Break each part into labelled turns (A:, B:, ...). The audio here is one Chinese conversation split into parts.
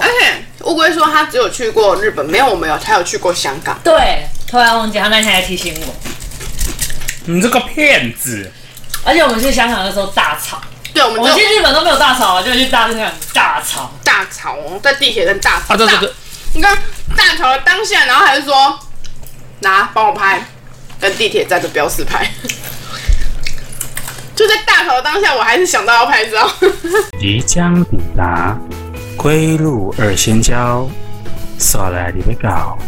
A: 龟说他只有去过日本，没有我们有，他有去过香港。
B: 对，突然忘记他那天还提醒我，
C: 你这个骗子！
B: 而且我们去香港的时候大吵，
A: 对，我
B: 我
A: 们
B: 们
A: 就
B: 去日本都没有大吵啊，就去大香港大吵。
A: 大吵，我们在地铁站大吵。
C: 啊，这
A: 大
C: 这个
A: 你看大吵的当下，然后还是说拿帮我拍，跟地铁站的标识拍。 就在大吵的当下，我还是想到要拍照。
D: 即将抵达龟路二仙交，刷来你要到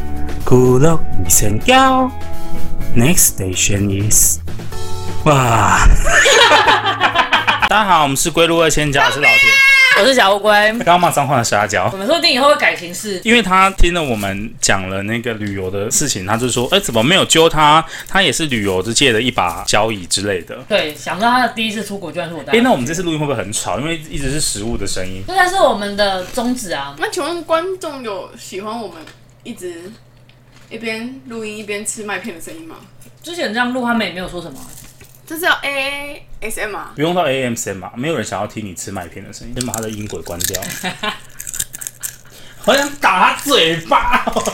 D: 古鹿二仙交。Next station is，哇！
C: 大家好，我们是归路二仙家，我是老田。
B: 我是小乌龟，
C: 刚刚骂脏话的是阿娇
B: 我，们说不定以后会改形式，
C: 因为他听了我们讲了那个旅游的事情，他就说，哎、怎么没有揪他？他也是旅游之界的一把交椅之类的。
B: 对，想不到他的第一次出国居然是我带
C: 哎、
B: 的。
C: 那我们这次录音会不会很吵？因为一直是食物的声音。
B: 这才是我们的宗旨啊！
A: 那请问观众有喜欢我们一直一边录音一边吃麦片的声音吗？
B: 之前这样录，他们也没有说什么。
A: 这是要 A S M 啊？
C: 不用到 AMC 嘛，没有人想要听你吃麦片的声音，先把他的音轨关掉。 好想打他嘴巴、 哦，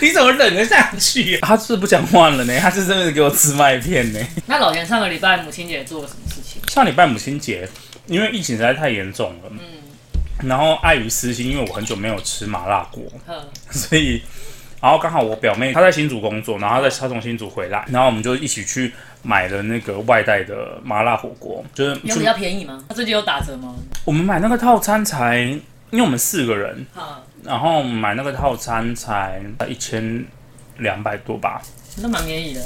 C: 你怎么忍得下去、啊？他是不讲话了呢，他是真的给我吃麦片呢。
B: 那老田上个礼拜母亲节做了什么事情？
C: 上礼拜母亲节，因为疫情实在太严重了，然后碍于私心，因为我很久没有吃麻辣锅，
B: 呵，
C: 所以，然后刚好我表妹她在新竹工作，然后她在她从新竹回来，然后我们就一起去买了那个外带的麻辣火锅，就是
B: 有
C: 去
B: 比较便宜吗？他最近有打折吗？
C: 我们买那个套餐才，因为我们四个人，
B: 哈，
C: 然后买那个套餐才一千两百多吧，
B: 那蛮便宜的。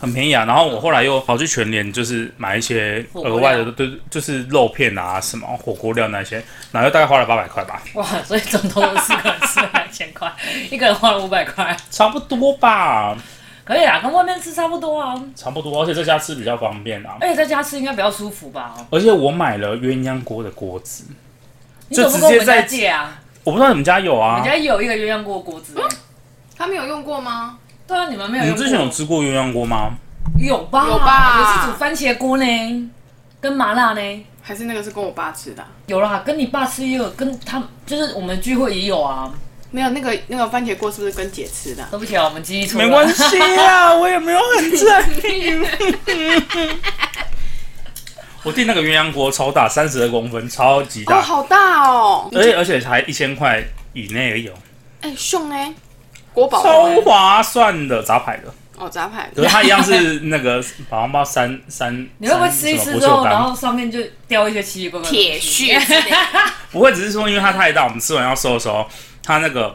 C: 很便宜啊。然后我后来又跑去全联，就是买一些
B: 火锅
C: 额外的，
B: 料
C: 对，就是肉片啊什么火锅料那些，然后又大概花了八百块吧，
B: 哇，所以总共有四个人吃了两千块，一个人花了五百块，
C: 差不多吧，
B: 可以啊，跟外面吃差不多啊。
C: 差不多。而且在家吃比较方便啊。
B: 而且在家吃应该比较舒服吧？哦
C: 而且我买了鸳鸯锅的锅子，
B: 你怎么
C: 就
B: 不跟
C: 直
B: 我
C: 接
B: 们家
C: 在
B: 借啊？
C: 我不知道你们家有
B: 我
C: 啊
B: 们？家有一个鸳鸯锅锅
A: 嗯
B: 子欸。
A: 他没有用过吗？
B: 对啊，你们没有
C: 你
B: 用
C: 们
B: 过？
C: 之前有吃过鸳鸯锅吗？
B: 有吧？
A: 有吧
B: 有一次煮番茄锅呢，跟麻辣呢。
A: 还是那个是跟我爸吃的啊、
B: 有啦，跟你爸吃也有，跟他就是我们聚会也有啊。
A: 没有，那个那个番茄锅是不是跟姐吃的啊？
B: 对不起啊，我们记忆错了。
C: 没关系啊，我也没有很在意。 我订那个鸳鸯锅超大，三十二公分，超级
A: 哦，
C: 大，
A: 好大哦！
C: 而且而且才一千块以内而已哦，
A: 哎、凶呢？国宝啊
C: 超划算的，杂牌的。
A: 哦，杂牌
C: 可是它一样是那个保温包三三，
B: 你会不会
C: 三
B: 吃一
C: 什么
B: 吃
C: 不
B: 之
C: 锈
B: 后，
C: 钢
B: 然后上面就掉一些奇奇怪怪的东西
A: 铁屑之类的。
C: 不会只是说因为它太大，我们吃完要收的时候，它那个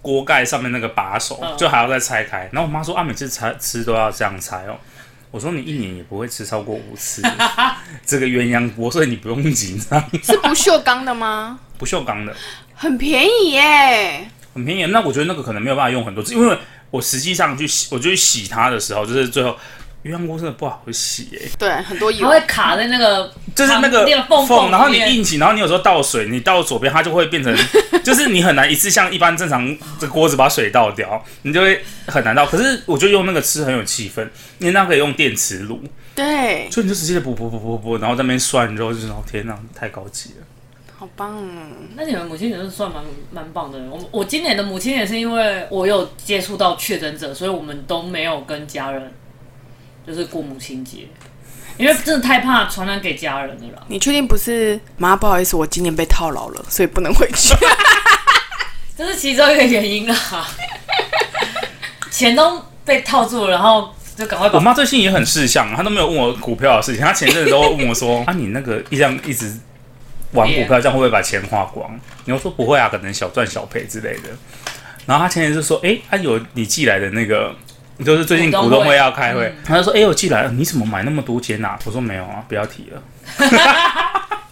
C: 锅盖上面那个把手
B: 嗯
C: 就还要再拆开。然后我妈说啊，每次拆吃都要这样拆哦。我说你一年也不会吃超过五次这个鸳鸯锅，所以你不用紧张。
A: 是不锈钢的吗？
C: 不锈钢的，
A: 很便宜耶！
C: 很便宜。那我觉得那个可能没有办法用很多次，因为我实际上去洗，我就去洗它的时候，就是最后鸳鸯锅真的不好洗哎、
A: 对，很多
B: 它
A: 油
B: 会。卡在那个
C: 就是那个
B: 那个缝缝里面
C: 然后你硬起，然后你有时候倒水，你倒左边它就会 变成，就是你很难一次像一般正常这锅子把水倒掉，你就会很难倒。可是我就用那个吃很有气氛，因为那可以用电磁炉，
A: 对，
C: 所以你就直接补补补补补，然后在那边涮肉，就是哦天哪，太高级了。
A: 好棒哦！
B: 那你们母亲节是算蛮蛮棒的。我我今年的母亲节是因为我有接触到确诊者，所以我们都没有跟家人就是过母亲节，因为真的太怕传染给家人了啦。
A: 你确定不是妈？不好意思，我今年被套牢了，所以不能回去。
B: 这是其中一个原因啦。 钱都被套住了，然后就赶快
C: 我
B: 把
C: 妈最近也很识相，她都没有问我股票的事情，她前阵子都问我说：“ 啊，你那个一这样一直玩股票，这样会不会把钱花光？”你又说不会啊，可能小赚小赔之类的。然后她前阵子就说：“哎、她有你寄来的那个，就是最近
B: 股东
C: 股东
B: 会嗯
C: 会要开会，她就说：‘哎、我寄来了，你怎么买那么多间啊？’我说：‘没有啊，不要提了。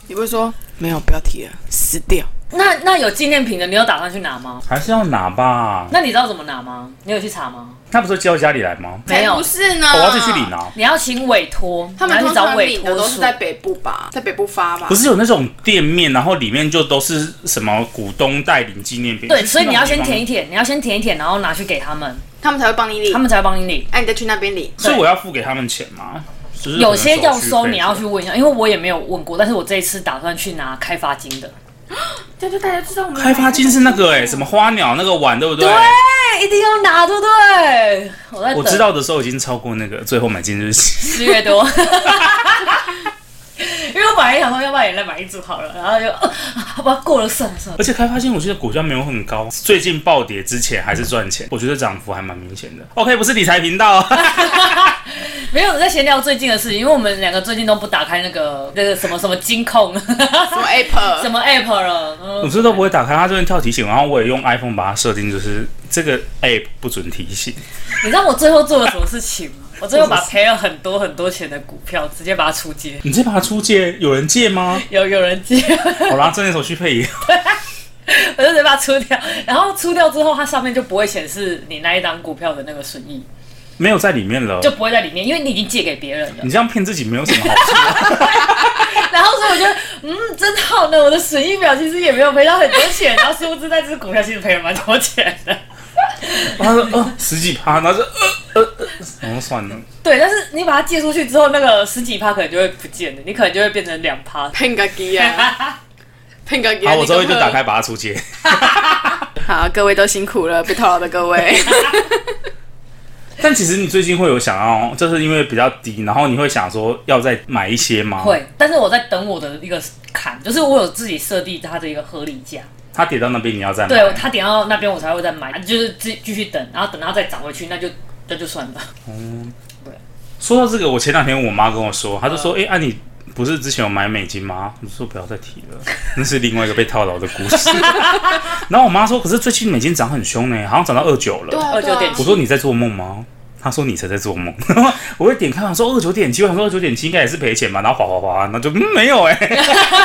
A: 你不是说没有？不要提了，撕掉。
B: 那那有纪念品的，你有打算去拿吗？
C: 还是要拿吧。
B: 那你知道怎么拿吗？你有去查吗？’
C: 她不是寄到家里来吗？
B: 没有
A: 才不，是呢，
C: 我要自己去领。啊拿。
B: 你要请委托，
A: 他们
B: 然后
A: 通
B: 去找
A: 常
B: 委
A: 领的
B: 托
A: 都是
B: 书
A: 在北部吧，在北部发吧
C: 不。是有那种店面，然后里面就都是什么股东带领纪念品？
B: 对，所以你要先填一
C: 一，
B: 填，你要先填一填，然后拿去给他们，
A: 他们才会帮你领。
B: 他们才会帮你领。
A: 哎、你再去那边领。
C: 所以我要付给他们钱吗？就是
B: 有些要
C: 可能手续
B: 收，
C: 费
B: 你要去问一下，因为我也没有问过，但是我这一次打算去拿开发金的，
A: 这样就大家知道我们
C: 开发金是那个哎、什么花鸟那个碗对不对？
B: 对，哎一定要拿，对不对？我在等
C: 我知道的时候已经超过那个最后买进 日期，
B: 四月多，因为我本来想说，要不然也来买一组好了，然后就 呃好吧，过了算了算了。
C: 而且开发金我记得股价没有很高，最近暴跌之前还是赚钱，我觉得涨幅还蛮明显的。OK，不是理财 频道，
B: 没有我在闲聊最近的事情，因为我们两个最近都不打开那个那个什么什么金控
A: 什么 Apple
B: 什么 app 了，
C: 我
B: 嗯，
C: 是都不会打开，它这边跳提醒，然后我也用 iPhone 把它设定，就是这个 App 不准提醒。
B: 你知道我最后做了什么事情吗？我最后把赔了很多很多钱的股票直接把它出街，
C: 你这把它出借，有人借吗？
B: 有有人接，
C: 好啦，证券手续费也
B: 我就直接把它出掉，然后出掉之后，它上面就不会显示你那一档股票的那个损益，
C: 没有在里面了。
B: 就不会在里面，因为你已经借给别人了
C: 你。这样骗自己没有什么好处。
B: 然后所以我觉得，嗯，真好呢。我的损益表其实也没有赔到很多钱，然后殊不知在这只股票其实赔了蛮多钱的。
C: 他说呃 十几趴，然后就呃呃呃，然后算了。
B: 对，但是你把它借出去之后，那个十几趴可能就会不见了，你可能就会变成两趴。
A: 骗个鸡啊， 骗个鸡啊。
C: 好，我
A: 你
C: 周一
A: 根
C: 就
A: 本
C: 打开把它出借。
A: 好，各位都辛苦了，被套牢的各位。
C: 但其实你最近会有想要，就是因为比较低，然后你会想说要再买一些吗？，
B: 会，但是我在等我的一个坎，就是我有自己设定它的一个合理价，
C: 它跌到那边你要再买。
B: 对，它点到那边我才会再买，就是继继续等，然后等它再涨回去，那就那就算了。
C: 说到这个，我前两天我妈跟我说，她就
B: 嗯
C: 说：“哎、啊你不是之前有买美金吗？”我说：“不要再提了， 那是另外一个被套牢的故事。” 然后我妈说：“可是最近美金涨很凶呢，好像涨到二九了。”
A: 啊
B: 对啊
C: 我说你在做梦吗？他说你才在做梦。 我会点开，我说二九点七，我想说二九点七应该也是赔钱吧，然后滑滑滑，然后就嗯没有哎、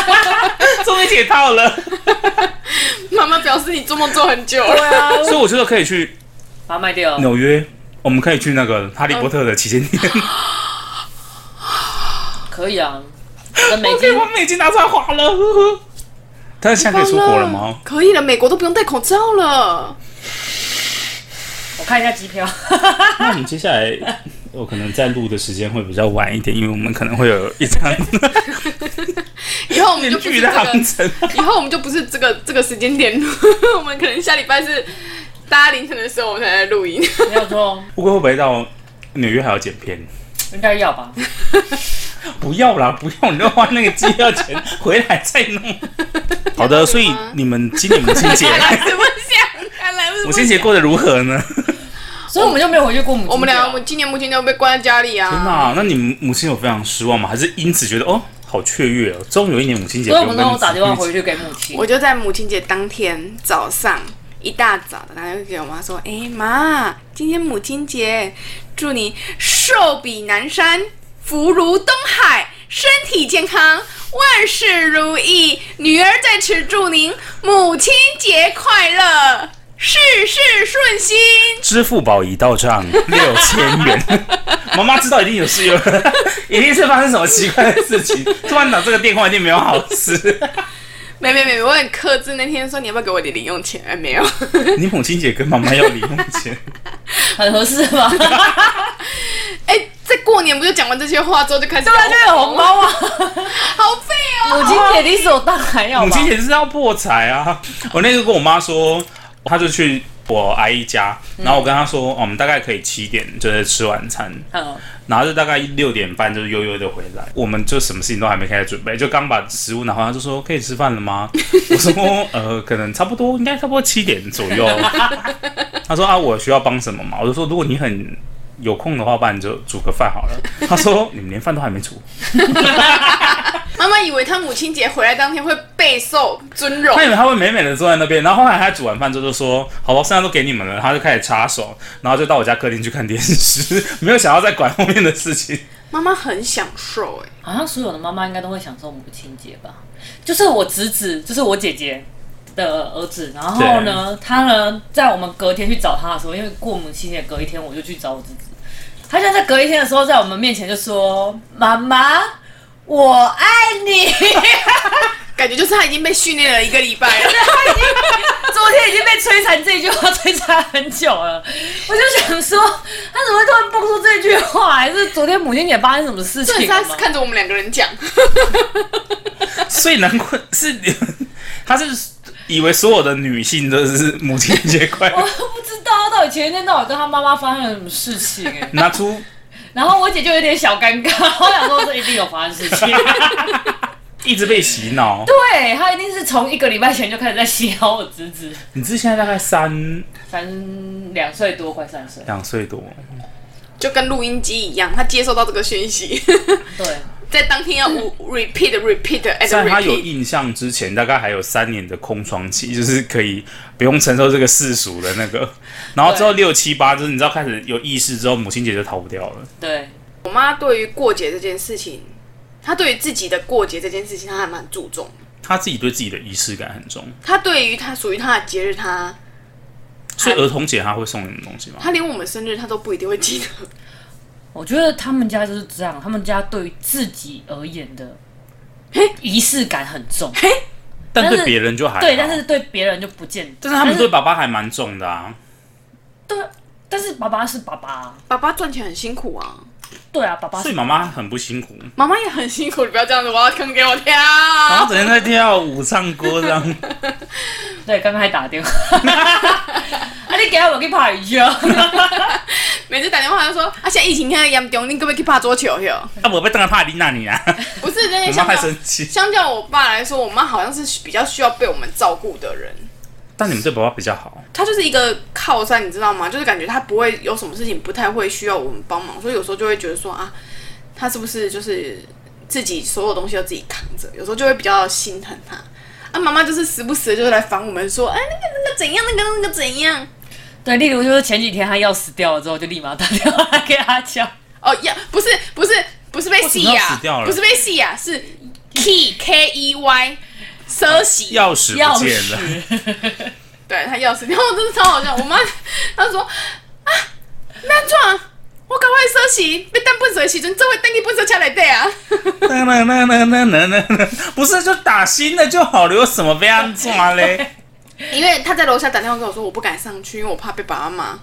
C: 终于解套了。
A: 妈妈表示你做梦做很久了，
B: 对啊，
C: 所以我觉得可以去
B: 把它卖掉。
C: 纽约，我们可以去那个哈利波特的旗舰店，
B: 可以啊，跟美金
C: 对，我美金拿出来花了。呵呵但是现在可以出国了吗？？
A: 可以了，美国都不用戴口罩了。
B: 我看一下机票。
C: 那我们接下来，我可能在录的时间会比较晚一点，因为我们可能会有一场
A: 以后我们就不
C: 巨
A: 是这
C: 大
A: 个
C: 航程。
A: 以后我们就不是这个这个时间点 录，我们可能下礼拜是大家凌晨的时候我们才来录音。
B: 没有错，
C: 不过会不会到纽约还要剪片？
B: 应该要吧？
C: 不要啦，不要，你就花那个机票钱回来再弄。好的，所以你们今年母亲 节，
A: 看来是不想，看来是
C: 母
A: 不
C: 亲
A: 想。
C: 节过得如何呢？
B: 所以我们就没有回去过母亲节啊
A: 我们俩，我们今年目前都被关在家里
C: 天
A: 啊。
C: 哪，那你们母亲有非常失望吗？还是因此觉得哦，好雀跃哦，终于有一年母亲节
B: 所
C: 不
B: 以我
C: 用
B: 们
C: 跟
B: 都有打电话回
C: 去。
B: 去给母亲
A: 我。就在母亲节当天早上一大早打电话给我妈说：“哎、妈，今天母亲节，祝你寿比南山，福如东海，身体健康，万事如意。女儿在此祝您母亲节快乐，事事顺心。”
C: 支付宝已到 账六千元， 妈妈知道一定有事 了，一定是发生什么奇怪的事情，突然打这个电话一定没有好事。
A: 没没没，我很克制。那天说你要不要给我点零用钱？哎，没有。
C: 你母亲节跟妈妈要零用钱，
B: 很合适 吧？
C: 啊
A: 哎、在过年不就讲完这些话之后就开始对
B: 对啊，就有红，包啊！
A: 好废哦。
B: 母亲节理所当然要吧？
C: 母亲节是要破财啊！我那个跟我妈说，她就去我阿姨家，然后我跟她说，哦我们大概可以七点就是吃晚餐，
B: 嗯，
C: 然后就大概六点半就是悠悠的回来，我们就什么事情都还没开始准备，就刚把食物拿回来，她就说可以吃饭了吗？ 我说呃，可能差不多，应该差不多七点左右。她说啊，我需要帮什么吗？我就说如果你很有空的话，不然你就煮个饭好了。她说你们连饭都还没煮，
A: 妈妈以为她母亲节回来当天会备受尊荣
C: 他，以为他会美美的坐在那边，然后后来他煮完饭之后就说：“好吧，剩下都给你们了。”他就开始插手，然后就到我家客厅去看电视， 没有想要再管后面的事情。
A: 妈妈很享受哎、
B: 好像所有的妈妈应该都会享受母亲节吧？就是我侄子，就是我姐姐的儿子，然后呢，他呢，在我们隔天去找他的时候，因为过母亲节隔一天，我就去找我侄子。他就在隔一天的时候，在我们面前就说：“妈妈，我爱你。”
A: 感觉就是她已经被训练了一个礼拜 了。
B: 昨天已经被摧残这句话摧残很久了，我就想说，他怎么会突然蹦出这句话？还是昨天母亲节发生什么事
A: 这是
B: 情
A: 她
B: 了
A: 是
B: 吗？
A: 看着我们两个人讲，
C: 所以难怪是他是以为所有的女性都是母亲节 快
B: 我
C: 乐，
B: 都不知道他到底前一天到底跟他妈妈发生了什么事情哎、
C: 拿出
B: 然后我姐就有点小尴尬，我想说这一定有发生事情，
C: 一直被洗脑。
B: 对她一定是从一个礼拜前就开始在洗脑我侄子，
C: 你这现在大概三
B: 三两岁多快三岁，
C: 两岁多，
A: 就跟录音机一样，他接收到这个讯 息，
B: 对，
A: 在当天要无 repeat repeat and
C: 在他有
A: repeat。
C: 印象之前，大概还有三年的空窗期，就是可以不用承受这个世俗的那个。然后之后六七八，就是你知道开始有意识之后，母亲节就逃不掉了。
B: 对，
A: 我妈对于过节这件事情，她对于自己的过节这件事情，她还蛮注重的。
C: 他自己对自己的仪式感很重，
A: 她对于她属于她的节日，她
C: 所以儿童节他会送你们东西吗？
A: 她连我们生日她都不一定会记得。
B: 我觉得他们家就是这样，他们家对于自己而言的仪式感很重，
C: 但
B: 但是
C: 对别人就还好
B: 对，但是对别人就不见，
C: 但是他们对爸爸还蛮重的啊。
B: 对，但是爸爸是爸爸啊，
A: 爸爸赚钱很辛苦啊，
B: 对啊，爸爸
C: 所以
B: 是
C: 妈妈很不辛苦，
A: 妈妈也很辛苦，你不要这样子挖坑给我啊跳。
C: 然
B: 啊
C: 后整天在跳舞、唱歌 这样。
B: 对，刚刚还打电话， 啊，你给我去拍鱼啊，
A: 每次打电话就说啊，现在疫情现在严重，你可不可以去拍桌球 哟？
C: 啊，我被当个帕琳娜你啊！
A: 不是，那
C: 我
A: 些
C: 妈
A: 相
C: 太
A: 较
C: 生气。
A: 相较我爸来说，我妈好像是比较需要被我们照顾的人。
C: 但你们对爸爸比较好，
A: 他就是一个靠山，你知道吗？就是感觉他不会有什么事情不太会需要我们帮忙，所以有时候就会觉得说啊，他是不是就是自己所有东西都自己扛着？有时候就会比较心疼他。啊，妈妈就是时不时地就是来烦我们说，哎，那个那个怎样，那个那个怎样。
B: 对，例如就是前几天他要死掉了之后，就立马打电话给他 讲，
A: 哦，呀，不是不是不是被戏
C: 为什么
A: 呀、
C: 要死掉了
A: 不是被戏呀、是 key k e y
C: 哦
A: 奢洗。
C: 钥匙
B: 钥
C: 不见 了。
B: 匙，
A: 对他钥匙， 然后我真的超好笑。我妈她说啊，那壮，我赶快收洗，要等粪水的时阵，这会等你粪水车内底啊。
C: 那那那那那那那那， 不是就打新的就好了，有什么被安抓 嘞？
A: 因为她在楼下打电话跟我说，我不敢上去，因为我怕被爸爸骂。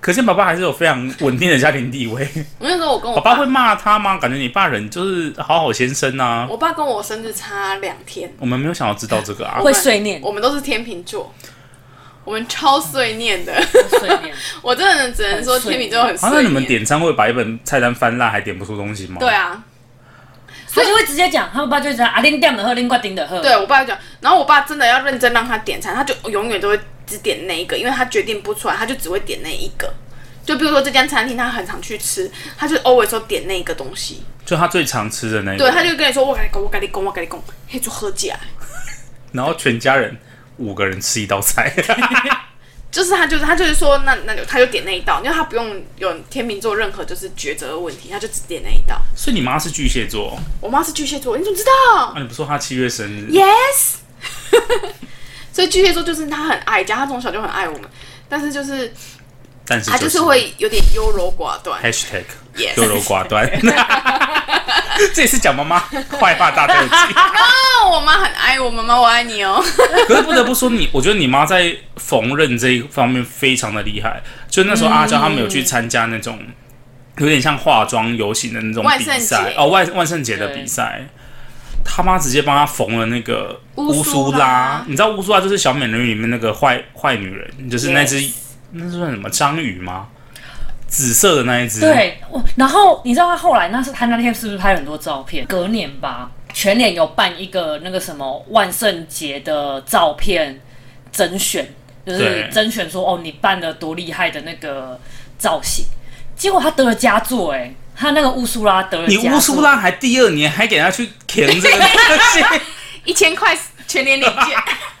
C: 可见爸爸还是有非常稳定的家庭地 位。
A: 我那时候我跟我
C: 爸
A: 爸，
C: 爸会骂他吗？感觉你爸人就是好好先生啊。
A: 我爸跟我生日差两天，
C: 我们没有想要知道这个啊
B: 会。碎念，
A: 我们都是天秤座，我们超碎念的。
B: 碎念，
A: 我真的只能说
B: 很碎
A: 天秤座很碎
C: 啊，
A: 念。
C: 那你们点餐会把一本菜单翻烂，还点不出东西吗？
A: 对。啊，
B: 他就会直接讲，他爸爸就会讲啊，恁点的喝，恁决定的喝，
A: 对我爸就讲，然后我爸真的要认真让他点餐，他就永远都会只点那一个，因为他决定不出来，他就只会点那一个。就比如说这间餐厅，他很常去吃，他就 always 说点那一个东西。
C: 就他最常吃的那一
A: 对，
C: 个，
A: 他就跟你说我跟你讲，我跟你讲，我跟你讲，嘿，就喝起来。
C: 然后全家人五个人吃一道 菜，
A: 就是他就是他就是说那那就他就点那一道，因为他不用有天秤座任何就是抉择的问题，他就只点那一道。
C: 所以你妈是巨蟹座，
A: 我妈是巨蟹座，你怎么知道
C: 啊，你不说她七月生日
A: ？Yes 。 所以巨蟹座就是他很爱家，他从小就很爱我们，但是就是
C: 但是
A: 他啊就是会有点优柔寡断。
C: hashtag
A: Yes
C: 优柔寡断， 这也是讲妈妈坏话大对不起。
A: 我妈很爱我，妈妈我爱你哦。
C: 可是不得不说你，我觉得你妈在缝纫这一方面非常的厉害。就那时候阿娇他们有
A: 嗯
C: 去参加那种有点像化妆游行的那种
A: 万
C: 比
A: 圣
C: 赛
A: 节
C: 哦，万万圣节的
B: 对
C: 比赛，他妈直接帮她缝了那个
A: 乌苏
C: 苏
A: 拉
C: 你知道乌苏拉就是小美人鱼里面那个坏坏女人，就是那只
B: Yes
C: 那是算什么章鱼吗？紫色的那一只，，
B: 对，我然后你知道他后来那是他那天是不是拍了很多照片？隔年吧，全脸有办一个那个什么万圣节的照片甄选，就
C: 对
B: 是甄选说哦你办的多厉害的那个造型，结果他得了佳作哎、他那个乌苏拉得了
C: 你
B: 佳作
C: 乌苏拉还第二年还给她去填这个东西，
A: 一千块全年领 券，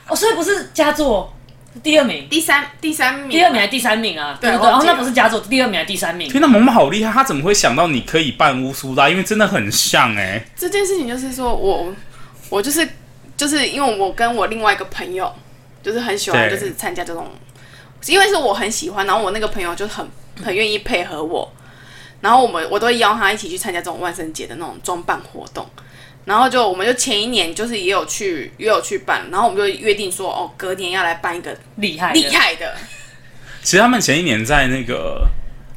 B: 哦，所以不是佳作，是第二名。
A: 第三第三名，
B: 第二名还是第三名啊？
A: 对
B: 对不
A: 我
B: 对？
A: 忘
B: 哦
A: 记，了
B: 那不是佳作，第二名还是第三名？啊
C: 天哪，萌萌好厉害，她怎么会想到你可以扮乌苏拉？因为真的很像哎、
A: 这件事情就是说我我就是就是因为我跟我另外一个朋友就是很喜欢
C: 对
A: 就是参加这种，因为是我很喜欢，然后我那个朋友就很很愿意配合我，然后我们我都会邀他一起去参加这种万圣节的那种装扮活动。然后就我们就前一年就是也有去也有去办，然后我们就约定说哦，隔年要来办一个
B: 厉害，
A: 厉！害的，
C: 其实他们前一年在那个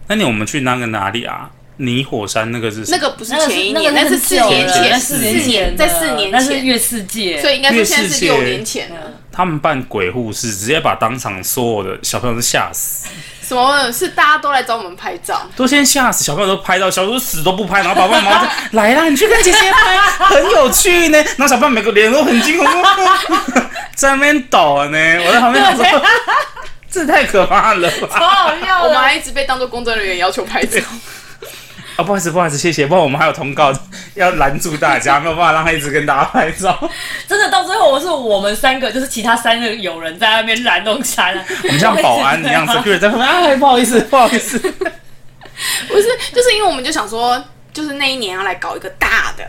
C: 那年我们去那个哪里啊？泥火山那个是
A: 那个不是
B: 那个
A: 前一
B: 那个
A: 年，那
B: 很
A: 四
B: 久
A: 年
B: 了
A: 前，
B: 那
A: 四
B: 四年前的，
A: 在四年
B: 那是
A: 前，
B: 月世界，
A: 所以应该说现在
C: 月世
A: 是
C: 界
A: 六年前了。
B: 嗯
C: 他们办鬼护士，直接把当场所有的小朋友都吓死，
A: 什么是大家都来找我们拍照？
C: 都先吓死，小朋友都拍到，小朋友死都不拍，然后爸爸妈妈就来啦，你去跟姐姐拍，很有趣呢。然后小朋友每个脸都很惊恐， 在那边抖啊呢，我在旁边想说， 这太可怕了吧？
B: 好好笑
A: 我们
B: 哦。
A: 还一直被当做工作人员要求拍照。
C: 啊，不好意思，不好意思，谢谢，不然我们还有通告 要拦住大家，没有办法让他一直跟大家拍照。
B: 真的到最后，我是我们三个，就是其他三个友人在那边拦啊弄 下来，
C: 我们像保安 一 样，security 在旁边，哎，不好意思，不好意思。
A: 不是，就是因为我们就想说，就是那一年要来搞一个大的，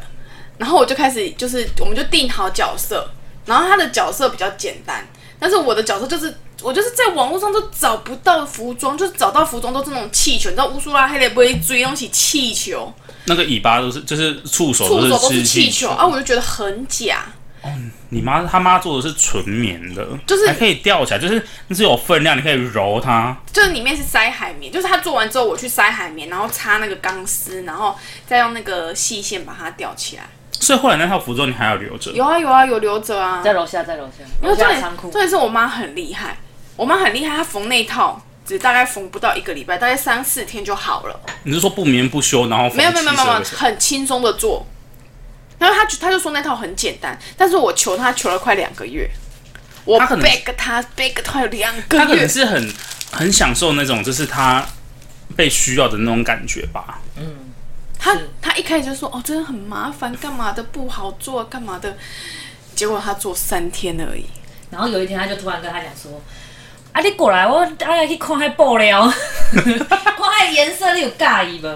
A: 然后我就开始就是我们就定好角色，然后他的角色比较简单，但是我的角色就是我就是在网络上都找不到服装，就是找到服装都是那种气球，你知道乌苏拉黑雷不会追那种起气球，
C: 那个尾巴都是，就是触手
A: 触手都是
C: 湿
A: 气
C: 气
A: 球啊，我就觉得很假。
C: 你妈他妈做的是纯棉的，
A: 就是
C: 还可以吊起来，就是那是有分量，你可以揉它。
A: 就是里面是塞海绵，就是他做完之后我去塞海绵，然后插那个钢丝，然后再用那个细线把它吊起来。
C: 所以后来那套服装你还要留着。
A: 有啊有啊有留着啊，
B: 在楼下，在楼下，
A: 因为
B: 楼
A: 重
B: 下
A: 点
B: 的仓库
A: 重。点是我妈很厉害，我妈很厉害，她缝那一套只大概缝不到一个礼拜，大概三四天就好了。
C: 你是说不眠不休，然后缝
A: 没有没有没有没有，
C: 七十二个
A: 很轻松的做。然后她就她就说那套很简单，但是我求她求了快两个月，我
C: 她可能
A: beg 她 beg 她有两个
C: 他可
A: 月
C: 能，是很很享受那种，就是他被需要的那种感觉吧。
A: 她她一开始就说哦真的很麻烦，干嘛的不好做干嘛的，结果她做三天而已。
B: 然后有一天，他就突然跟他讲说：“啊，你过来，我啊来去看海布 料，看海颜色，你有介意无？”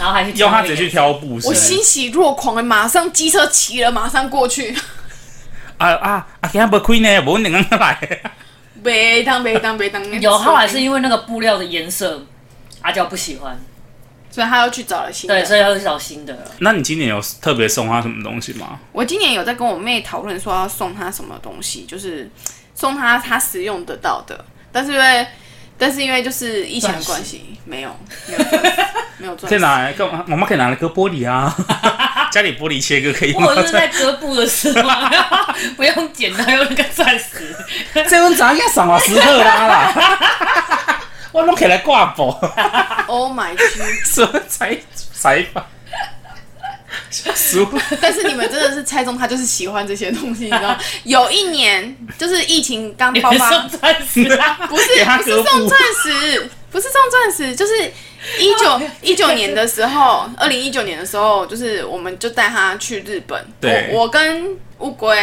B: 然后还去
C: 要
B: 挑
C: 他
B: 那
C: 直
B: 个
C: 接去
B: 颜色
C: 挑布是
A: 我
C: 不是
A: 欣喜若狂哎，马上机车骑了，马上过去。
C: 啊啊啊！今天不亏呢，不会两个来。
A: 别当别当别当，
B: 有，后来是因为那个布料的颜色，阿娇不喜欢，
A: 所以他又去找了新的。
B: 对，所以要去找新的了。
C: 那你今年有特别送他什么东西吗？
A: 我今年有在跟我妹讨论说要送她什么东西，就是送她她使用得到的，但是因为但是因为就是疫情的关系，没有没有钻石没有
C: 可以
A: 钻石。
C: 拿来干嘛？啊我妈可以拿来割玻璃啊， 家里玻璃切割可以用
B: 我
C: 到
B: 就是在割布的时候，不用剪刀，用那个钻石。
C: 这份怎样上啊？十克拉啦， 我拢起来挂布，
A: Oh my god！
C: 什么裁裁 法？十五
A: 但是你们真的是猜中她就是喜欢这些东西，你知道？ 有一年就是疫情刚
B: 你
A: 爆
B: 们
A: 发
B: 送，钻石啊？
A: 不是
C: 给她
A: 不是
C: 割
A: 送
C: 布
A: 钻石，不是送钻石，就是一 九一九年的时候，二零一九年的时候，就是我们就带他去日本，
C: 对
A: 我我跟乌龟，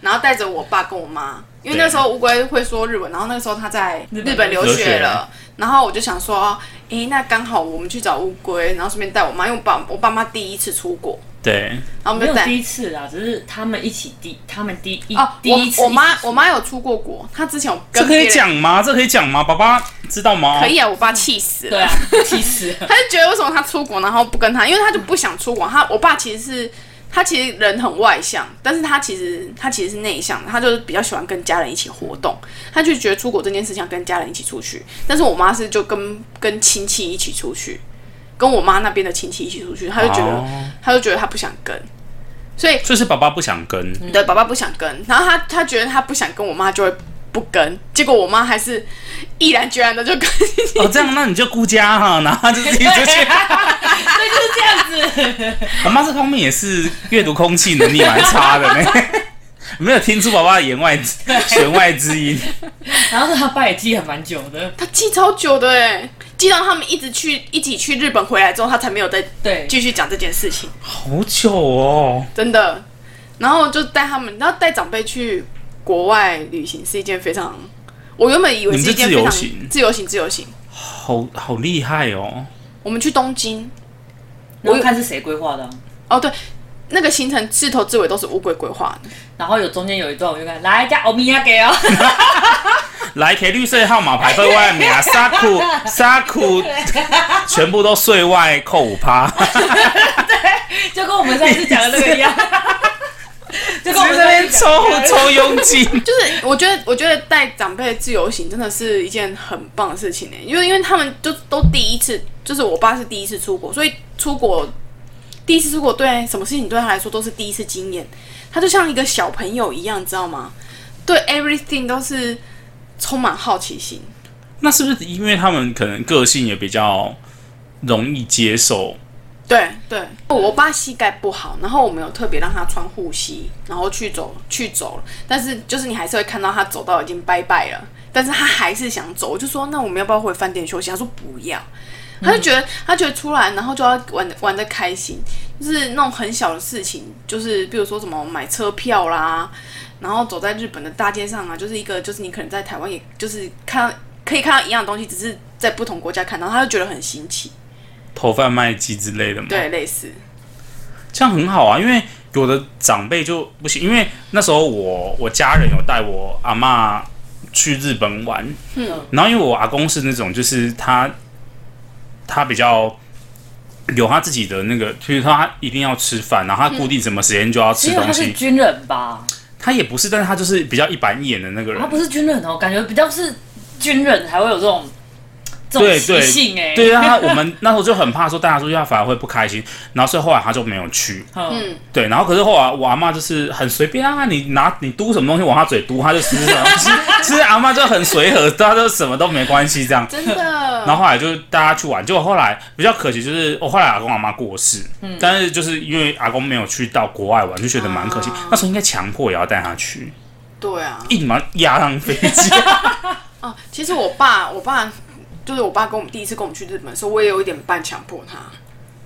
A: 然后带着我爸跟我妈，因为
C: 对
A: 那时候乌龟会说日文，然后那个时候他在
B: 日本
A: 日本留
C: 留学
A: 学了，然后我就想说，诶、那刚好我们去找乌龟，然后顺便带我妈，因为我爸我爸妈第一次出国，
C: 对，
A: 然后我
B: 没
A: 们就
B: 有
A: 带
B: 第一次啊，只是他们一起第，他们第一、
A: 哦，
B: 第一次
A: 我我妈我
B: 我
A: 妈有出过国，她之前有
C: 这
A: 跟
C: 可以
A: 别人
C: 讲吗？这可以讲吗？爸爸知道吗？
A: 可以啊，我爸气死了
B: 对。啊，气 死了。
A: 他就觉得为什么他出国然后不跟他，因为他就不想出国。他我爸嗯其实是他其实人很外向，但是他其实他其实是内向的，他就是比较喜欢跟家人一起活动。他就觉得出国这件事情要跟家人一起出去，但是我妈是就
B: 哦
A: 跟跟亲戚一起出去，跟我妈那边的亲戚一起出去，他就觉得、
C: 哦
A: 他就觉得他不想跟。所以
C: 就是爸爸不想跟，
A: 对，爸爸不想跟，然后他他觉得他不想跟我妈就会不跟，结果我妈还是毅然决然的就跟
C: 哦，这样那你就孤家哈，然后他就自己
B: 对，
C: 出去。
B: 对，就是这样子。
C: 我妈这方面也是阅读空气能力蛮差的呢， 没有听出爸爸的言外之弦外之音。
B: 然后他爸也记很蛮久的，
A: 他记超久的哎，记到他们一直去一起去日本回来之后，他才没有再
B: 对，
A: 继续讲这件事情，
C: 好久哦，
A: 真的。然后就带他们，然后带长辈去国外旅行是一件非常，我原本以为
C: 你们
A: 是一件
C: 是
A: 非常
C: 自由行
A: 自由行自由行。
C: 好好厉害哦。
A: 我们去东京，
B: 我看是谁规划的啊、
A: 哦对，那个行程自头至尾都是乌龟规划的，
B: 然后有中间有一段，我就看来加欧米亚给哦，
C: 来给绿色号码牌被外面啊，沙库沙库全部都税外扣五趴，
B: 就跟我们上次讲的那个一样。就
C: 只
B: 跟我
C: 是
B: 们
C: 在那边抽
B: 抽
C: 抽佣金。
A: 就是我觉得，我觉得带长辈自由行真的是一件很棒的事情呢、因为因为他们就都第一次，就是我爸是第一次出国，所以出国第一次出国对什么事情对他来说都是第一次经验，他就像一个小朋友一样，你知道吗？对 everything 都是充满好奇心。
C: 那是不是因为他们可能个性也比较容易接受？
A: 对对，我爸膝盖不好，然后我们有特别让他穿护膝，然后去走去走了，但是就是你还是会看到他走到已经拜拜了，但是他还是想走，我就说那我们要不要回饭店休息？他说不要，他就觉得、他觉得出来然后就要玩得玩的开心，就是那种很小的事情，就是比如说什么买车票啦，然后走在日本的大街上啊，就是一个就是你可能在台湾也就是看到可以看到一样的东西，只是在不同国家看到，他就觉得很新奇，
C: 投贩卖机之类的吗？
A: 对，类似。
C: 这样很好啊，因为有的长辈就不行，因为那时候我我家人有带我阿嬷去日本玩，嗯，然后因为我阿公是那种就是他他比较有他自己的那个，就是他一定要吃饭，然后他固定什么时间就要吃
B: 因为
C: 东
B: 他是
C: 西，
B: 军人吧？
C: 他也不是，但是他就是比较一板一眼的那个人
B: 他，不是军人哦，感觉比较是军人才会有这种这种
C: 对
B: 习
C: 对
B: 性哎。
C: 对啊，我们那时候就很怕说大家出去，他反而会不开心，然后所以后来他就没有去。
B: 嗯，
C: 对，然后可是后来我阿妈就是很随便啊，你拿你嘟什么东西往她嘴嘟，她就吃什么东西。其实阿妈就很随和，她就什么都没关系这 样。
A: 真的。
C: 然后后来就大家去玩，结果后来比较可惜就是，哦我、后来阿公阿妈过世，但是就是因为阿公没有去到国外玩，就觉得蛮可惜。
B: 啊
C: 那时候应该强迫也要带他去，
A: 对啊，
C: 一马压上飞 机。
A: 啊，其实我爸，我爸就是我爸跟我们第一次跟我们去日本的时候，我也有一点半强迫他，